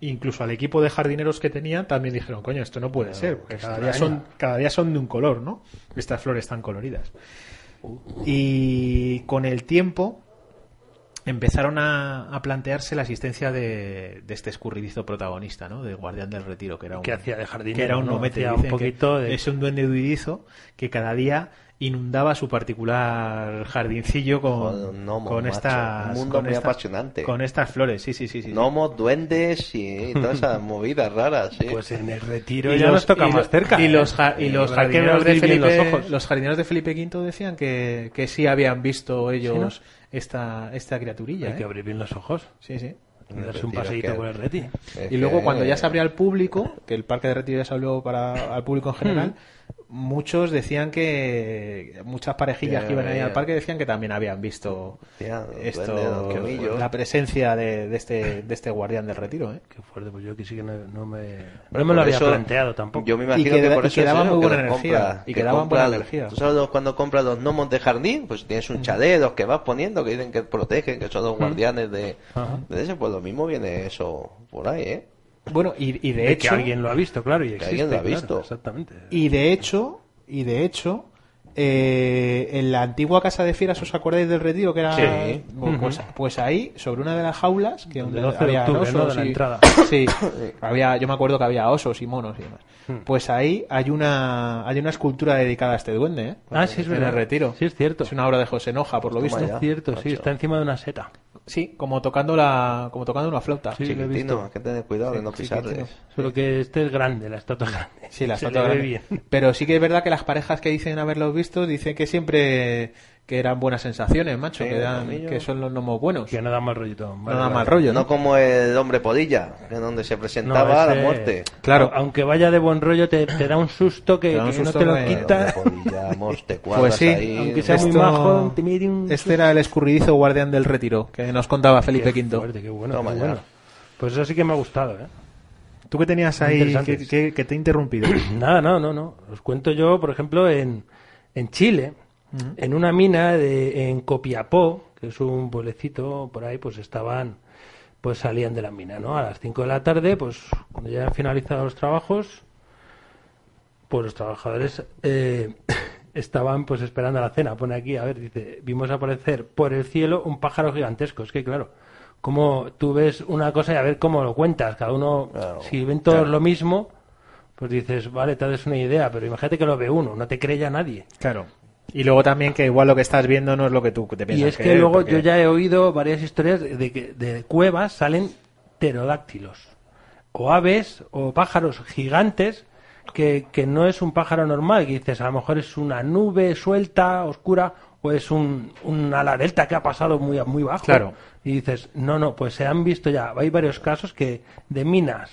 Speaker 5: Incluso al equipo de jardineros que tenía también dijeron, coño, esto no puede ser, porque cada día, son, cada día son de un color, ¿no? Estas flores tan coloridas. Y con el tiempo, empezaron a, a plantearse la existencia de, de este escurridizo protagonista, ¿no? Del guardián del retiro, que era un,
Speaker 3: Que hacía de jardinero,
Speaker 5: que era un
Speaker 3: ¿no?
Speaker 5: gnomete.
Speaker 3: Hacía un
Speaker 5: Dicen que
Speaker 3: poquito de-
Speaker 5: Es un duende huidizo que cada día inundaba su particular jardincillo
Speaker 4: Joder,
Speaker 5: con,
Speaker 4: un gnomo,
Speaker 5: con
Speaker 4: macho.
Speaker 5: estas...
Speaker 4: Un mundo
Speaker 5: con
Speaker 4: muy
Speaker 5: estas-
Speaker 4: apasionante.
Speaker 5: Con estas flores, sí, sí, sí. sí.
Speaker 4: Gnomos, duendes y todas esas movidas raras, sí.
Speaker 3: Pues en el retiro
Speaker 5: eh, Y
Speaker 3: ya
Speaker 5: los-
Speaker 3: nos toca
Speaker 5: y
Speaker 3: más
Speaker 5: lo-
Speaker 3: cerca.
Speaker 5: Y los,
Speaker 3: ¿eh?
Speaker 5: ja- y los
Speaker 3: Habrá que
Speaker 5: jardineros de
Speaker 3: abrir bien
Speaker 5: Felipe,
Speaker 3: los ojos.
Speaker 5: los jardineros de Felipe V decían que, que sí habían visto ellos esta, esta criaturilla.
Speaker 3: Hay que
Speaker 5: ¿eh?
Speaker 3: abrir bien los ojos.
Speaker 5: Sí, sí.
Speaker 3: y Darse un
Speaker 4: Retiro,
Speaker 3: paseíto
Speaker 4: que-
Speaker 3: por el reti.
Speaker 4: Es
Speaker 5: Y luego
Speaker 4: que-
Speaker 5: cuando ya se abría al público, que el parque de retiro ya se abrió para al público en general, muchos decían que muchas parejillas
Speaker 4: Mm. Ya,
Speaker 5: que iban a ir
Speaker 4: ya.
Speaker 5: al parque decían que también habían visto
Speaker 4: Ya, los duendes,
Speaker 5: esto,
Speaker 4: los quemillos.
Speaker 5: la presencia de, de este de este guardián del retiro, ¿eh.
Speaker 3: Qué fuerte, pues yo que sí que no, no me, no
Speaker 4: Pero
Speaker 3: me lo
Speaker 4: por
Speaker 3: había
Speaker 4: eso-
Speaker 3: planteado tampoco.
Speaker 4: Yo me imagino
Speaker 5: Y queda-
Speaker 4: que por
Speaker 5: y
Speaker 4: eso es
Speaker 5: quedaba
Speaker 4: eso,
Speaker 5: muy
Speaker 4: que
Speaker 5: buena
Speaker 4: los
Speaker 5: energía,
Speaker 4: compras,
Speaker 5: y
Speaker 4: que
Speaker 5: quedaba buena
Speaker 4: compras-
Speaker 5: energía. Mm.
Speaker 4: Tú sabes los- cuando compras los gnomos de jardín, pues tienes un chalet, los que vas poniendo, que dicen que protegen, que
Speaker 3: Mm.
Speaker 4: son los guardianes de, de ese, pues lo mismo viene eso por ahí, ¿eh?
Speaker 5: Bueno, y, y de,
Speaker 3: De
Speaker 5: hecho
Speaker 3: que alguien lo ha visto, claro, y existe.
Speaker 4: alguien lo ha
Speaker 3: claro,
Speaker 4: visto.
Speaker 3: exactamente.
Speaker 5: y de hecho y de hecho eh, en la antigua casa de fieras, ¿os acordáis del retiro que era?
Speaker 4: Sí.
Speaker 5: Bueno, Pues, pues ahí, sobre una de las jaulas, que donde
Speaker 3: 12 de
Speaker 5: había
Speaker 3: octubre, ¿no?
Speaker 5: osos
Speaker 3: De la
Speaker 5: y-
Speaker 3: entrada.
Speaker 5: Sí, había, yo me acuerdo que había osos y monos y demás.
Speaker 3: Hmm.
Speaker 5: Pues ahí hay una, hay una escultura dedicada a este duende, ¿eh?
Speaker 3: Ah, sí, es
Speaker 5: En
Speaker 3: verdad.
Speaker 5: el retiro.
Speaker 3: Sí, es cierto.
Speaker 5: Es una obra de José Noja, por lo
Speaker 4: Toma
Speaker 5: visto.
Speaker 4: ya.
Speaker 3: Es cierto, sí,
Speaker 4: macho.
Speaker 3: está encima de una seta.
Speaker 5: Sí, como tocando la, como tocando una flauta.
Speaker 3: Sí, lo he
Speaker 4: Chiquitino,
Speaker 3: visto.
Speaker 4: hay que tener cuidado de no pisarles.
Speaker 5: chiquitino.
Speaker 3: Solo que este es grande, la estatua es grande.
Speaker 5: Sí, la
Speaker 3: Se
Speaker 5: estatua
Speaker 3: le ve
Speaker 5: grande.
Speaker 3: bien.
Speaker 5: Pero sí que es verdad que las parejas que dicen haberlos visto dicen que siempre que eran buenas sensaciones, macho,
Speaker 4: Sí,
Speaker 5: que, dan-
Speaker 4: conmigo.
Speaker 5: que son los gnomos buenos.
Speaker 3: Que no da mal rollito.
Speaker 5: no
Speaker 3: Vale,
Speaker 5: da
Speaker 3: vale.
Speaker 5: mal rollo, ¿no?
Speaker 4: No como el hombre podilla, en donde se presentaba a
Speaker 3: ese-
Speaker 4: la muerte.
Speaker 5: Claro.
Speaker 3: au- Aunque vaya de buen rollo, te, te da un susto que,
Speaker 5: Te da un
Speaker 3: que
Speaker 5: susto
Speaker 3: no te
Speaker 5: que-
Speaker 3: lo quita.
Speaker 4: El hombre podilla, amor, te cuadras
Speaker 5: Pues sí,
Speaker 4: ahí.
Speaker 3: aunque sea muy
Speaker 5: Esto-
Speaker 3: majo, te mide un-
Speaker 5: Este era el escurridizo guardián del retiro que nos contaba Felipe
Speaker 3: Qué
Speaker 5: V.
Speaker 3: fuerte, qué bueno,
Speaker 4: Toma
Speaker 3: qué
Speaker 4: ya.
Speaker 3: bueno. Pues eso sí que me ha gustado, ¿eh?
Speaker 5: ¿Tú qué tenías
Speaker 3: Muy
Speaker 5: ahí
Speaker 3: interesantes.
Speaker 5: que, que- que te he interrumpido?
Speaker 3: Nada, no, no, no. Os cuento yo, por ejemplo, en, en Chile, en una mina de, en Copiapó, que es un pueblecito por ahí, pues estaban, pues salían de la mina, ¿no? A las 5 de la tarde, pues cuando ya han finalizado los trabajos, pues los trabajadores eh, estaban pues esperando a la cena. Pone aquí, a ver, dice, vimos aparecer por el cielo un pájaro gigantesco. Es que claro, como tú ves una cosa y a ver cómo lo cuentas. Cada uno,
Speaker 4: Claro,
Speaker 3: si ven todos lo mismo, pues dices, vale, te das una idea, pero imagínate que lo ve uno, no te cree ya nadie.
Speaker 5: claro. Y luego también que igual lo que estás viendo no es lo que tú te
Speaker 3: Y
Speaker 5: piensas.
Speaker 3: es que luego
Speaker 5: porque-
Speaker 3: yo ya he oído varias historias de que de cuevas salen pterodáctilos, o aves, o pájaros gigantes, que, que no es un pájaro normal, que dices, a lo mejor es una nube suelta, oscura, o es un, un ala delta que ha pasado muy, a- muy bajo.
Speaker 5: Claro.
Speaker 3: Y dices, no, no, pues se han visto ya, hay varios casos que de minas.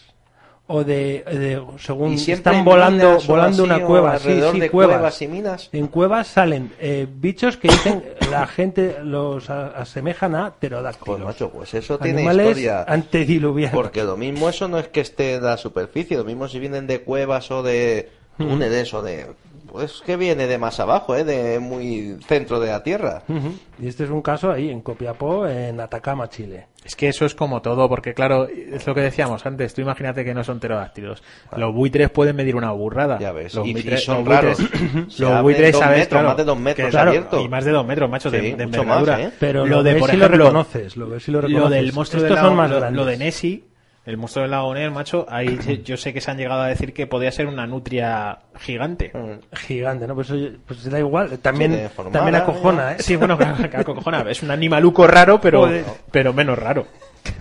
Speaker 3: O de, de- según
Speaker 4: Y siempre
Speaker 3: están
Speaker 4: en
Speaker 3: volando,
Speaker 4: minas o
Speaker 3: volando
Speaker 4: así,
Speaker 3: una
Speaker 4: o
Speaker 3: cueva, sí,
Speaker 4: alrededor
Speaker 3: sí,
Speaker 4: de
Speaker 3: cuevas.
Speaker 4: cuevas y minas.
Speaker 3: En cuevas salen eh, bichos que dicen la gente los a- asemejan a pterodáctilos.
Speaker 4: Pues macho, pues eso tiene
Speaker 3: Animales
Speaker 4: historia.
Speaker 3: antediluvianos.
Speaker 4: Porque lo mismo eso no es que esté en la superficie, lo mismo si vienen de cuevas o de
Speaker 3: Hmm.
Speaker 4: túneles o de... Pues que viene de más abajo, ¿eh? de muy centro de la Tierra.
Speaker 3: Ujú. Y este es un caso ahí, en Copiapó, en Atacama, Chile.
Speaker 5: Es que eso es como todo, porque claro, es lo que decíamos antes. Tú imagínate que no son pterodáctilos. Los buitres pueden medir una burrada.
Speaker 4: Ya ves.
Speaker 5: Los
Speaker 4: Y- y
Speaker 5: buitres
Speaker 4: son
Speaker 5: los buitres-
Speaker 4: raros. Se
Speaker 5: los
Speaker 4: abren
Speaker 5: buitres,
Speaker 4: dos
Speaker 5: sabes,
Speaker 4: metros,
Speaker 5: claro,
Speaker 4: más de dos metros
Speaker 5: que- claro,
Speaker 4: abierto.
Speaker 5: Y más de dos metros, macho, de,
Speaker 4: Sí,
Speaker 5: de
Speaker 4: mucho más,
Speaker 5: envergadura.
Speaker 4: ¿eh?
Speaker 3: Pero lo ves y lo reconoces, lo ves y lo reconoces.
Speaker 5: del monstruo del
Speaker 3: Estos
Speaker 5: lago,
Speaker 3: son más
Speaker 5: lo,
Speaker 3: grandes.
Speaker 5: lo de Nessie, el monstruo del lago Ness, macho, ahí se- yo sé que se han llegado a decir que podía ser una nutria gigante.
Speaker 4: Mm.
Speaker 3: Gigante, ¿no? Pues, oye, pues da igual. También,
Speaker 4: Sí, deformada,
Speaker 3: también acojona, ¿eh?
Speaker 5: Sí, bueno, claro, claro, cojona, es un animaluco raro, pero,
Speaker 3: Joder.
Speaker 5: pero menos raro.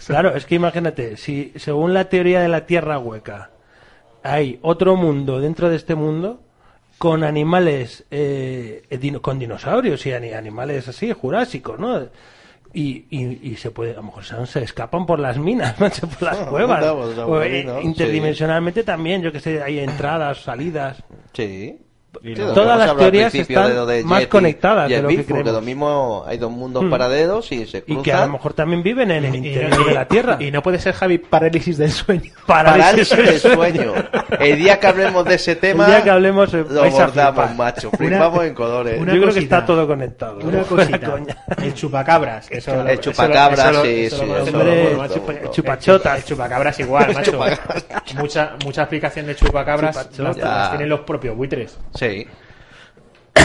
Speaker 3: Claro, es que imagínate, si según la teoría de la Tierra hueca hay otro mundo dentro de este mundo con animales, eh, dino- con dinosaurios y ani- animales así, jurásicos, ¿no? Y, y- y se puede, a lo mejor se, se escapan por las minas, macho, por las
Speaker 4: Ah,
Speaker 3: cuevas.
Speaker 4: anda, pues,
Speaker 3: O, eh,
Speaker 4: aburrido, sí.
Speaker 3: interdimensionalmente también, yo que sé, hay entradas, salidas.
Speaker 4: Sí. Sí,
Speaker 3: no.
Speaker 4: lo que
Speaker 3: Todas
Speaker 4: hemos
Speaker 3: las
Speaker 4: hablado al
Speaker 3: teorías
Speaker 4: principio
Speaker 3: están más conectadas
Speaker 4: y
Speaker 3: de
Speaker 4: el
Speaker 3: lo que
Speaker 4: Bigfoot,
Speaker 3: creemos.
Speaker 4: lo mismo hay dos mundos
Speaker 3: Hmm.
Speaker 4: paralelos y se
Speaker 3: Y
Speaker 4: cruzan.
Speaker 3: que a lo mejor también viven en el interior de la Tierra.
Speaker 5: Y no puede ser Javi parálisis del sueño.
Speaker 4: Parálisis del sueño. El día que hablemos de ese tema,
Speaker 3: día que hablemos, eh,
Speaker 4: lo
Speaker 3: vais a
Speaker 4: abordamos,
Speaker 3: flipar.
Speaker 4: macho. Flipamos en colores.
Speaker 3: yo
Speaker 5: una
Speaker 3: creo que
Speaker 5: cosita.
Speaker 3: está todo conectado. ¿no?
Speaker 5: Una
Speaker 3: Fuera
Speaker 5: cosita.
Speaker 3: coña.
Speaker 5: El chupacabras. que eso-
Speaker 4: El
Speaker 5: eso-
Speaker 4: chupacabras,
Speaker 5: eso lo-
Speaker 4: sí,
Speaker 5: eso lo
Speaker 4: sí,
Speaker 5: conoce
Speaker 4: eso
Speaker 5: todo el
Speaker 4: lo
Speaker 5: mundo,
Speaker 4: conoce
Speaker 5: el chupa-
Speaker 4: todo el mundo.
Speaker 5: Chupachotas. El chupacabras igual, macho. Mucha, mucha explicación de chupacabras las,
Speaker 3: Chupachotas.
Speaker 5: las tienen los propios buitres.
Speaker 4: Sí.
Speaker 3: Sí,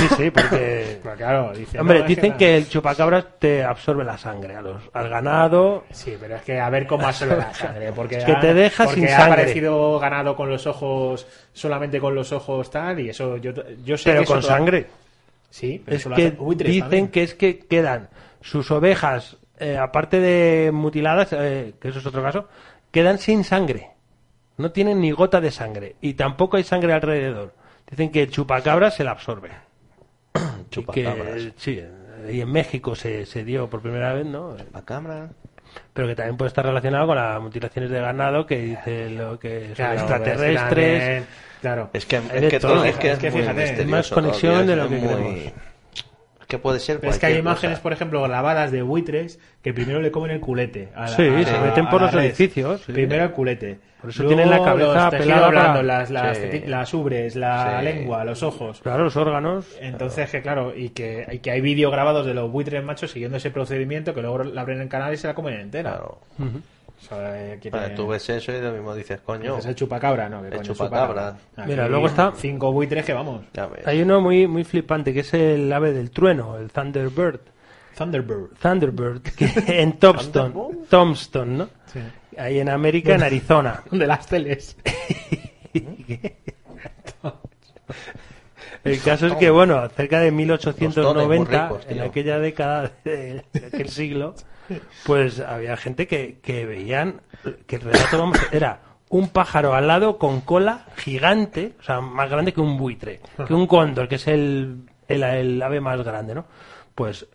Speaker 3: sí, porque...
Speaker 5: Pero claro, dicen,
Speaker 3: Hombre,
Speaker 5: no, es
Speaker 3: dicen
Speaker 5: no.
Speaker 3: que el chupacabras te absorbe la sangre a los, al ganado.
Speaker 5: Sí, pero es que a ver cómo ha solo la sangre. Porque
Speaker 3: Es que
Speaker 5: ha-
Speaker 3: te deja
Speaker 5: porque
Speaker 3: sin
Speaker 5: ha
Speaker 3: sangre.
Speaker 5: aparecido ganado con los ojos, solamente con los ojos tal, y eso yo, yo sé que
Speaker 3: Pero
Speaker 5: eso
Speaker 3: con
Speaker 5: toda-
Speaker 3: sangre.
Speaker 5: Sí, pero
Speaker 3: Es
Speaker 5: eso lo
Speaker 3: que
Speaker 5: hacen buitres
Speaker 3: dicen
Speaker 5: también.
Speaker 3: que es que quedan sus ovejas, eh, aparte de mutiladas, eh, que eso es otro caso, quedan sin sangre. No tienen ni gota de sangre. Y tampoco hay sangre alrededor. Dicen que el chupacabras se la absorbe. Y
Speaker 4: Chupacabras.
Speaker 3: que, sí, y en México se, se dio por primera vez, ¿no?
Speaker 4: La cámara.
Speaker 3: pero que también puede estar relacionado con las mutilaciones de ganado que dice lo que son
Speaker 5: Claro, pues,
Speaker 3: extraterrestres
Speaker 5: pero es que también- Claro.
Speaker 4: Es que, es
Speaker 3: Hay de
Speaker 4: que
Speaker 3: todo, ¿eh?
Speaker 4: todo, es que
Speaker 5: es que
Speaker 4: es muy
Speaker 5: fíjate,
Speaker 4: misterioso
Speaker 3: más conexión
Speaker 4: todavía,
Speaker 3: de lo
Speaker 4: es
Speaker 3: que
Speaker 4: muy-
Speaker 3: creemos.
Speaker 4: Es que puede ser
Speaker 5: Pero es que hay
Speaker 4: cualquier cosa.
Speaker 5: imágenes, por ejemplo, lavadas de buitres que primero le comen el culete. a la-
Speaker 3: Sí,
Speaker 5: a
Speaker 3: se
Speaker 5: la-
Speaker 3: meten
Speaker 5: a
Speaker 3: por
Speaker 5: la
Speaker 3: los
Speaker 5: res.
Speaker 3: edificios, sí.
Speaker 5: Primero el culete.
Speaker 3: Por eso tienen la cabeza
Speaker 5: los tejidos
Speaker 3: pelada para-
Speaker 5: blandos, las, las,
Speaker 4: Sí.
Speaker 5: teti- las ubres, la
Speaker 4: Sí.
Speaker 5: lengua, los ojos.
Speaker 3: claro los órganos
Speaker 5: Entonces, que claro, y que, y que hay vídeos grabados de los buitres machos siguiendo ese procedimiento que luego la abren en canal y se la comen entera. eh,
Speaker 4: Claro.
Speaker 5: Sabe quién
Speaker 4: Vale,
Speaker 5: es.
Speaker 4: tú ves eso y lo mismo dices, coño.
Speaker 5: Es el chupacabra, no. que
Speaker 4: El
Speaker 5: coño,
Speaker 4: chupacabra.
Speaker 5: Aquí
Speaker 3: Mira, luego está-
Speaker 5: Cinco buitres que vamos.
Speaker 4: Ya ves.
Speaker 3: Hay uno muy, muy flipante que es el ave del trueno, el Thunderbird.
Speaker 5: Thunderbird.
Speaker 3: Thunderbird, que en Thompson,
Speaker 4: Thunderbird.
Speaker 3: Thompson, ¿no?
Speaker 5: Sí.
Speaker 3: Ahí en América, en Arizona.
Speaker 5: De las teles.
Speaker 3: El caso es que, bueno, cerca de
Speaker 4: Los tones muy
Speaker 3: 1890,
Speaker 4: ricos, tío.
Speaker 3: en aquella década de, de aquel siglo, pues había gente que, que veían que el relato, vamos, era un pájaro alado con cola gigante, o sea, más grande que un buitre, que un cóndor, que es el, el, el ave más grande, ¿no? Pues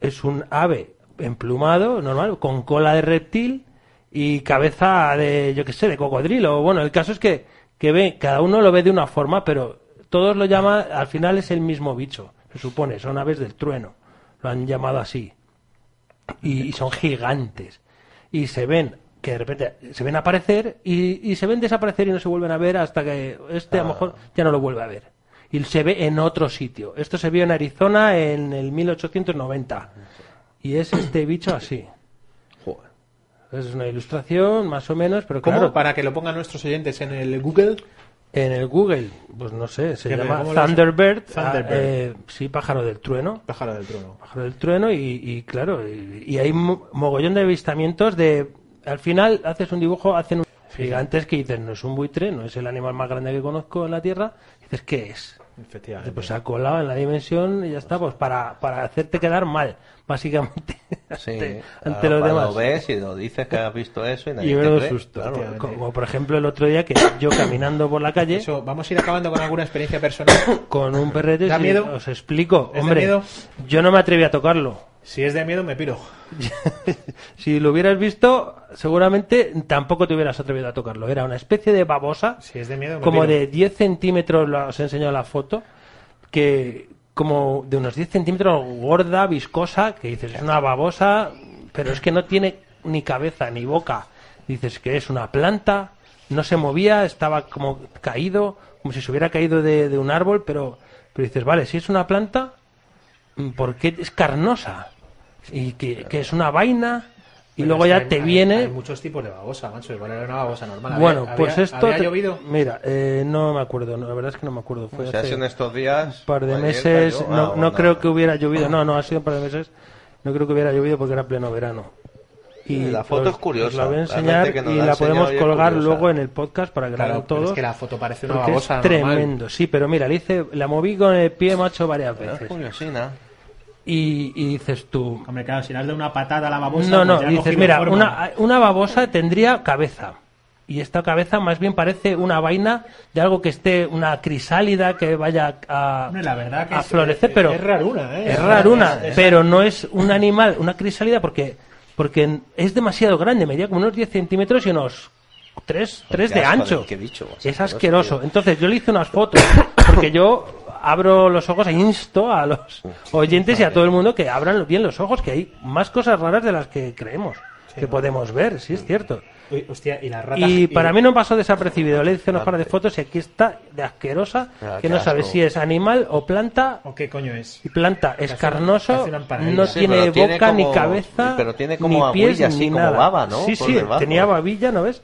Speaker 3: es un ave emplumado, normal, con cola de reptil y cabeza de, yo qué sé, de cocodrilo. Bueno, el caso es que, que ve, cada uno lo ve de una forma, pero todos lo llaman, al final es el mismo bicho, se supone, son aves del trueno, lo han llamado así. Y, y son gigantes. Y se ven, que de repente se ven aparecer y, y se ven desaparecer y no se vuelven a ver hasta que este a
Speaker 5: Ah.
Speaker 3: lo mejor ya no lo vuelve a ver. Y se ve en otro sitio. Esto se vio en Arizona en el 1890. Y es este bicho así.
Speaker 4: Joder.
Speaker 3: Es una ilustración, más o menos, pero
Speaker 5: ¿Cómo?
Speaker 3: claro,
Speaker 5: Para que lo pongan nuestros oyentes en el Google.
Speaker 3: en el Google, pues no sé, se
Speaker 5: ¿Qué me-
Speaker 3: llama
Speaker 5: cómo lo has-
Speaker 3: Thunderbird,
Speaker 5: Thunderbird.
Speaker 3: ah, eh, sí, pájaro del trueno,
Speaker 5: Pájaro del trono.
Speaker 3: pájaro del trueno y, y claro, y, y hay mo- mogollón de avistamientos de, al final haces un dibujo, hacen un- gigantes que dices, no es un buitre, no es el animal más grande que conozco en la Tierra, dices, ¿qué es?
Speaker 5: Efectivamente.
Speaker 3: Pues se ha colado en la dimensión y ya está, pues para, para hacerte quedar mal, básicamente,
Speaker 4: Sí,
Speaker 3: ante,
Speaker 4: claro,
Speaker 3: ante los
Speaker 4: para
Speaker 3: demás.
Speaker 4: Lo ves y lo dices que has visto eso y nadie
Speaker 3: Y me
Speaker 4: te
Speaker 3: da
Speaker 4: cree,
Speaker 3: susto.
Speaker 4: claro.
Speaker 5: Hostia.
Speaker 3: como, como por ejemplo el otro día que yo caminando por la calle
Speaker 5: Eso, vamos a ir acabando con alguna experiencia personal.
Speaker 3: con un perrete,
Speaker 5: ¿Da
Speaker 3: sí,
Speaker 5: miedo?
Speaker 3: os explico,
Speaker 5: ¿Es de
Speaker 3: hombre,
Speaker 5: miedo?
Speaker 3: yo no me atreví a tocarlo.
Speaker 5: Si es de miedo, me piro.
Speaker 3: si lo hubieras visto, seguramente tampoco te hubieras atrevido a tocarlo. Era una especie de babosa,
Speaker 5: Si es de miedo, me
Speaker 3: como
Speaker 5: piro.
Speaker 3: de 10 centímetros, lo- os he enseñado la foto, que como de unos 10 centímetros gorda, viscosa, que dices, es una babosa, pero es que no tiene ni cabeza ni boca. Dices que es una planta, no se movía, estaba como caído, como si se hubiera caído de, de un árbol, pero, pero dices, vale, si es una planta, ¿por qué es carnosa? Y que, que es una vaina, y
Speaker 5: Pero
Speaker 3: luego
Speaker 5: es que
Speaker 3: ya
Speaker 5: hay-
Speaker 3: te
Speaker 5: hay-
Speaker 3: viene...
Speaker 5: Hay muchos tipos de babosa, macho. Igual era una babosa normal. Había-
Speaker 3: Bueno,
Speaker 5: había-
Speaker 3: pues esto.
Speaker 5: ¿Había
Speaker 3: te-
Speaker 5: llovido?
Speaker 3: Mira, eh, no me acuerdo, no, la verdad es que no me acuerdo. Fue
Speaker 4: O sea,
Speaker 3: hace
Speaker 4: si en estos días.
Speaker 3: un par de
Speaker 4: ayer
Speaker 3: meses,
Speaker 4: cayó,
Speaker 3: no,
Speaker 4: ah,
Speaker 3: no
Speaker 4: bueno.
Speaker 3: creo que hubiera llovido. No, no, ha sido un par de meses. No creo que hubiera llovido porque era pleno verano.
Speaker 4: Sí, la foto
Speaker 3: os-
Speaker 4: es curiosa,
Speaker 3: os la voy a enseñar
Speaker 4: realmente que nos
Speaker 3: y
Speaker 4: la ha
Speaker 3: la podemos
Speaker 4: enseñado y es
Speaker 3: colgar
Speaker 4: curiosa.
Speaker 3: luego en el podcast para que la
Speaker 5: Claro,
Speaker 3: vean
Speaker 5: pero
Speaker 3: todos.
Speaker 5: es que la foto parece una
Speaker 3: porque
Speaker 5: babosa
Speaker 3: es
Speaker 5: normal.
Speaker 3: tremendo, sí, pero mira, le hice, la moví con el pie macho varias
Speaker 4: Pero Es
Speaker 3: veces.
Speaker 4: curiosina.
Speaker 3: Y, y dices tú,
Speaker 5: Hombre, claro, si le has dado una patada a la babosa.
Speaker 3: no,
Speaker 5: pues
Speaker 3: no,
Speaker 5: ya ha
Speaker 3: dices,
Speaker 5: cogido
Speaker 3: mira,
Speaker 5: forma.
Speaker 3: una, una babosa tendría cabeza. Y esta cabeza más bien parece una vaina de algo que esté, una crisálida que vaya a,
Speaker 5: Hombre, la verdad que
Speaker 3: a
Speaker 5: es-
Speaker 3: florecer,
Speaker 5: es-
Speaker 3: pero.
Speaker 5: es raruna, ¿eh?
Speaker 3: Es
Speaker 5: Es
Speaker 3: raruna,
Speaker 5: raruna, es-
Speaker 3: pero no es un animal, una crisálida, porque, porque es demasiado grande, medía como unos 10 centímetros y unos 3, de
Speaker 4: asco, ¿eh?
Speaker 3: ancho.
Speaker 4: qué bicho, o sea,
Speaker 3: es
Speaker 4: qué
Speaker 3: asqueroso.
Speaker 4: hostia.
Speaker 3: Entonces yo le hice unas fotos, porque yo abro los ojos e insto a los oyentes y a todo el mundo que abran bien los ojos, que hay más cosas raras de las que creemos, que podemos ver, sí es
Speaker 4: Mm.
Speaker 3: cierto.
Speaker 5: Uy, hostia, y la rata.
Speaker 3: Y para mí no pasó desapercibido. Le hice unos par de fotos y aquí está de asquerosa,
Speaker 4: Ah,
Speaker 3: que
Speaker 4: qué
Speaker 3: no sabe
Speaker 4: asco.
Speaker 3: si es animal o planta.
Speaker 5: ¿O qué coño es?
Speaker 3: Y planta es
Speaker 5: Parece una-
Speaker 3: carnoso,
Speaker 5: parece una empanadilla.
Speaker 3: no
Speaker 5: Sí,
Speaker 3: tiene
Speaker 4: pero tiene
Speaker 3: boca ni
Speaker 4: como-
Speaker 3: cabeza,
Speaker 4: pero tiene como
Speaker 3: ni pies
Speaker 4: aguilla, así
Speaker 3: ni
Speaker 4: como
Speaker 3: nada.
Speaker 4: baba, ¿no?
Speaker 3: Sí,
Speaker 4: Por
Speaker 3: sí,
Speaker 4: debajo.
Speaker 3: tenía babilla, ¿no ves?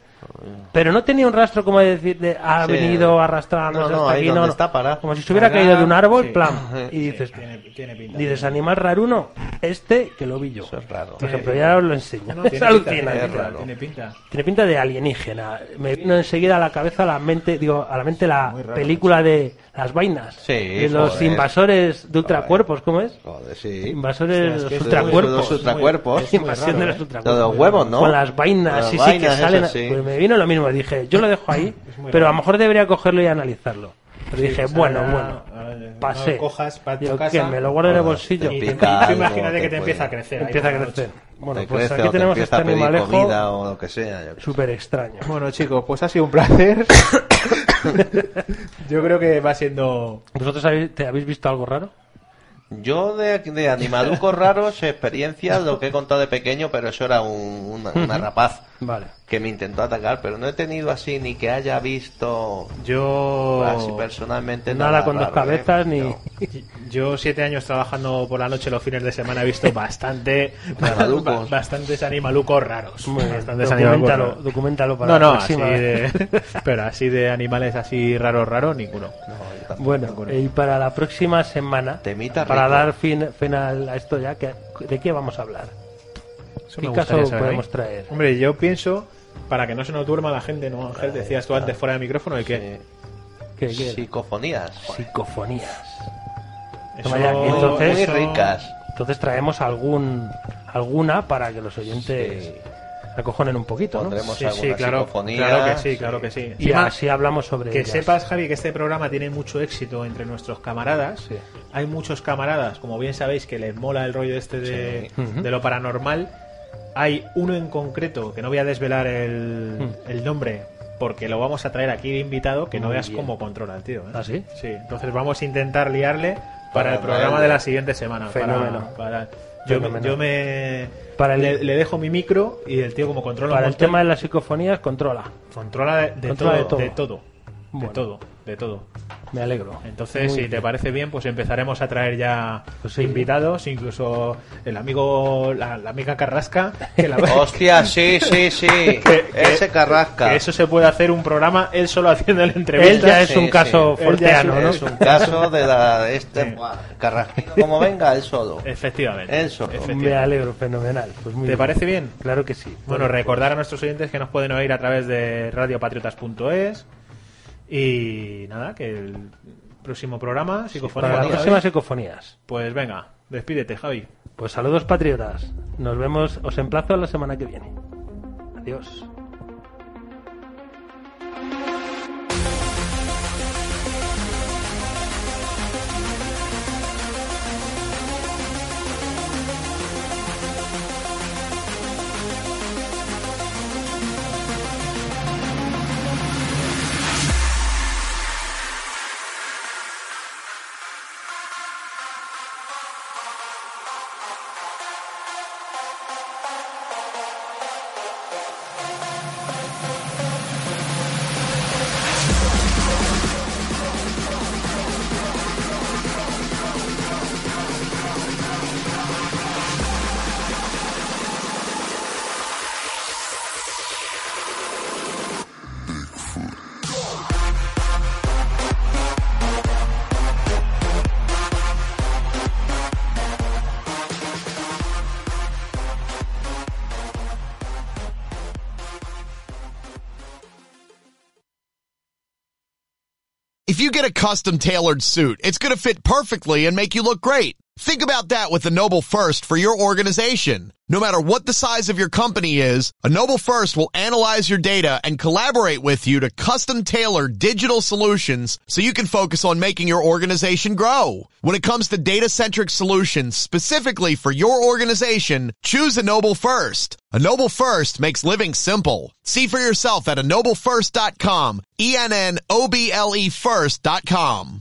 Speaker 3: Pero no tenía un rastro como de decir de, ha
Speaker 4: Sí.
Speaker 3: venido arrastrando
Speaker 4: No, no,
Speaker 3: hasta
Speaker 4: ahí
Speaker 3: aquí,
Speaker 4: donde
Speaker 3: no, no.
Speaker 4: está parada.
Speaker 3: como si se hubiera
Speaker 5: Parada,
Speaker 3: caído de un árbol,
Speaker 5: sí.
Speaker 3: plan,
Speaker 5: Sí,
Speaker 3: y dices,
Speaker 5: tiene, tiene pinta.
Speaker 3: dices animal raruno, este que lo vi yo.
Speaker 4: Eso es raro.
Speaker 3: Por ejemplo, ya os lo enseño.
Speaker 5: No,
Speaker 3: es
Speaker 5: tiene pinta,
Speaker 3: alucinante.
Speaker 5: tiene pinta,
Speaker 4: raro.
Speaker 5: tiene pinta.
Speaker 3: Tiene pinta de alienígena. Me vino enseguida a la cabeza la mente, digo, a la mente la película de las vainas.
Speaker 4: Sí,
Speaker 3: de los
Speaker 4: joder.
Speaker 3: invasores de ultracuerpos, ¿cómo es?
Speaker 4: Joder, sí.
Speaker 3: Invasores
Speaker 5: Hostia,
Speaker 3: de
Speaker 5: es
Speaker 3: los
Speaker 5: que es muy-
Speaker 3: ultracuerpos.
Speaker 4: Los ultracuerpos.
Speaker 5: muy- es
Speaker 3: Invasión de
Speaker 5: raro,
Speaker 3: los
Speaker 5: ¿eh?
Speaker 4: Lo
Speaker 3: ultracuerpos.
Speaker 4: de los huevos, ¿no?
Speaker 3: Con las vainas,
Speaker 4: Las
Speaker 3: sí, sí, que
Speaker 4: vainas,
Speaker 3: salen.
Speaker 4: eso sí.
Speaker 3: Pues me vino lo mismo, dije, yo lo dejo ahí,
Speaker 5: muy
Speaker 3: pero a lo
Speaker 5: raro.
Speaker 3: mejor debería cogerlo y analizarlo. Pero dije,
Speaker 5: o
Speaker 4: pues,
Speaker 5: sea,
Speaker 3: bueno,
Speaker 5: pues
Speaker 4: ah,
Speaker 5: no,
Speaker 3: bueno,
Speaker 5: a ver, no
Speaker 3: pasé.
Speaker 5: lo cojas pa' tu
Speaker 3: Digo,
Speaker 5: casa.
Speaker 3: que me lo guardo en el
Speaker 4: Joder,
Speaker 3: bolsillo.
Speaker 4: te
Speaker 5: Y
Speaker 3: Y
Speaker 5: te-
Speaker 4: Pica
Speaker 5: tú
Speaker 4: algo,
Speaker 5: imagínate
Speaker 4: te
Speaker 5: que te
Speaker 4: puede.
Speaker 5: empieza a crecer. ahí
Speaker 3: empieza a
Speaker 5: por la
Speaker 3: crecer.
Speaker 5: noche.
Speaker 3: Bueno,
Speaker 4: Te
Speaker 3: pues
Speaker 4: crece
Speaker 3: aquí
Speaker 4: o te
Speaker 3: tenemos
Speaker 4: empieza
Speaker 3: este
Speaker 4: a pedir comida
Speaker 3: animalejo
Speaker 4: o lo que sea. yo qué sé.
Speaker 3: súper extraño.
Speaker 5: Bueno, chicos, pues ha sido un placer. Yo creo que va siendo.
Speaker 3: ¿Vosotros habéis, te habéis visto algo raro?
Speaker 4: Yo de, de animalucos raros, experiencias, lo que he contado de pequeño, pero eso era un, una, una rapaz.
Speaker 3: Vale.
Speaker 4: que me intentó atacar, pero no he tenido así ni que haya visto
Speaker 5: Yo.
Speaker 4: así personalmente
Speaker 3: Nada,
Speaker 4: nada,
Speaker 3: con dos
Speaker 4: raro, ¿eh?
Speaker 3: cabezas ni.
Speaker 4: No.
Speaker 5: Yo siete años trabajando por la noche los fines de semana he visto bastante,
Speaker 4: Animalucos.
Speaker 5: bastantes animalucos raros.
Speaker 3: Muy bien,
Speaker 5: Bastantes
Speaker 3: documentalo,
Speaker 5: animalucos raros.
Speaker 3: documentalo para
Speaker 5: No,
Speaker 3: la
Speaker 5: no, así
Speaker 3: próxima vez.
Speaker 5: de, pero así de animales así raros, raros, ninguno.
Speaker 3: Bueno, eh, y para la próxima semana,
Speaker 4: Temita
Speaker 3: para
Speaker 4: rico.
Speaker 3: dar fin, fin a esto ya, que, ¿de qué vamos a hablar?
Speaker 5: Eso
Speaker 3: ¿Qué
Speaker 5: me
Speaker 3: caso
Speaker 5: gustaría saber a mí.
Speaker 3: podemos traer?
Speaker 5: Hombre, yo pienso, para que no se nos duerma la gente, ¿no, Ángel? Decías tú antes fuera de micrófono y que...
Speaker 4: Eh,
Speaker 3: ¿Qué, qué?
Speaker 4: psicofonías
Speaker 3: Psicofonías.
Speaker 5: eso-
Speaker 3: Vaya, entonces-
Speaker 4: muy
Speaker 5: eso-
Speaker 4: ricas.
Speaker 3: Entonces traemos algún alguna para que los oyentes
Speaker 4: Sí.
Speaker 3: acojonen un poquito, ¿no?
Speaker 4: Pondremos
Speaker 5: Sí, sí,
Speaker 4: alguna
Speaker 5: claro,
Speaker 4: psicofonía,
Speaker 5: claro que sí, claro que sí.
Speaker 3: Y
Speaker 5: Encima,
Speaker 3: así hablamos sobre
Speaker 5: Que
Speaker 3: ellas.
Speaker 5: sepas, Javi, que este programa tiene mucho éxito entre nuestros camaradas.
Speaker 3: Sí.
Speaker 5: Hay muchos camaradas, como bien sabéis, que les mola el rollo este de,
Speaker 3: Sí. Ujú.
Speaker 5: de lo paranormal. Hay uno en concreto, que no voy a desvelar el,
Speaker 3: Mm.
Speaker 5: el nombre, porque lo vamos a traer aquí de invitado, que no
Speaker 3: Muy
Speaker 5: veas
Speaker 3: bien.
Speaker 5: cómo controla el tío. ¿eh?
Speaker 3: ¿Ah, sí?
Speaker 5: entonces vamos a intentar liarle para,
Speaker 4: Para
Speaker 5: el programa
Speaker 4: traerle.
Speaker 5: de la siguiente semana. para-
Speaker 3: Fenómeno.
Speaker 5: para- yo, me-
Speaker 3: Fenómeno.
Speaker 5: yo me...
Speaker 3: Para el-
Speaker 5: le, le dejo mi micro y el tío como controla un
Speaker 3: Para el
Speaker 5: montón-
Speaker 3: tema de las psicofonías, controla.
Speaker 5: Controla de, de
Speaker 3: Controla
Speaker 5: todo,
Speaker 3: de
Speaker 5: de todo.
Speaker 3: Bueno.
Speaker 5: De todo, de todo.
Speaker 3: Me alegro. Muy
Speaker 5: Entonces, si te
Speaker 3: bien.
Speaker 5: parece bien, pues empezaremos a traer ya
Speaker 3: Pues sí.
Speaker 5: invitados, incluso el amigo, la, la amiga Carrasca, que la
Speaker 4: Hostia, sí, sí, sí.
Speaker 5: que- que-
Speaker 4: Ese carrasca.
Speaker 5: que eso se puede hacer un programa él solo haciendo la
Speaker 3: Él ya
Speaker 5: entrevista.
Speaker 3: es
Speaker 4: Sí,
Speaker 3: un
Speaker 4: sí.
Speaker 3: caso
Speaker 5: Él ya
Speaker 3: forteano, ¿no?
Speaker 4: es un caso de la este Buah, carrasquino como venga él solo.
Speaker 5: Efectivamente.
Speaker 4: Eso.
Speaker 5: efectivamente.
Speaker 3: Me alegro, fenomenal. Pues muy
Speaker 5: ¿Te
Speaker 3: bien.
Speaker 5: parece bien?
Speaker 3: Claro que sí.
Speaker 5: Bueno, recordar a nuestros oyentes que nos pueden oír a través de radiopatriotas.es y nada, que el próximo programa, psicofonía,
Speaker 3: para la
Speaker 5: ¿no?
Speaker 3: próxima psicofonías.
Speaker 5: pues venga, despídete, Javi.
Speaker 3: Pues saludos patriotas. Nos vemos, os emplazo la semana que viene. Adiós.
Speaker 1: If you get a custom tailored suit, it's going to fit perfectly and make you look great. Think about that with a Noble First for your organization. No matter what the size of your company is, a Noble First will analyze your data and collaborate with you to custom tailor digital solutions so you can focus on making your organization grow. When it comes to data centric solutions specifically for your organization, choose a Noble First. A Noble First makes living simple. See E for yourself at anoblefirst.com, E-N-N-O-B-L-E first.com.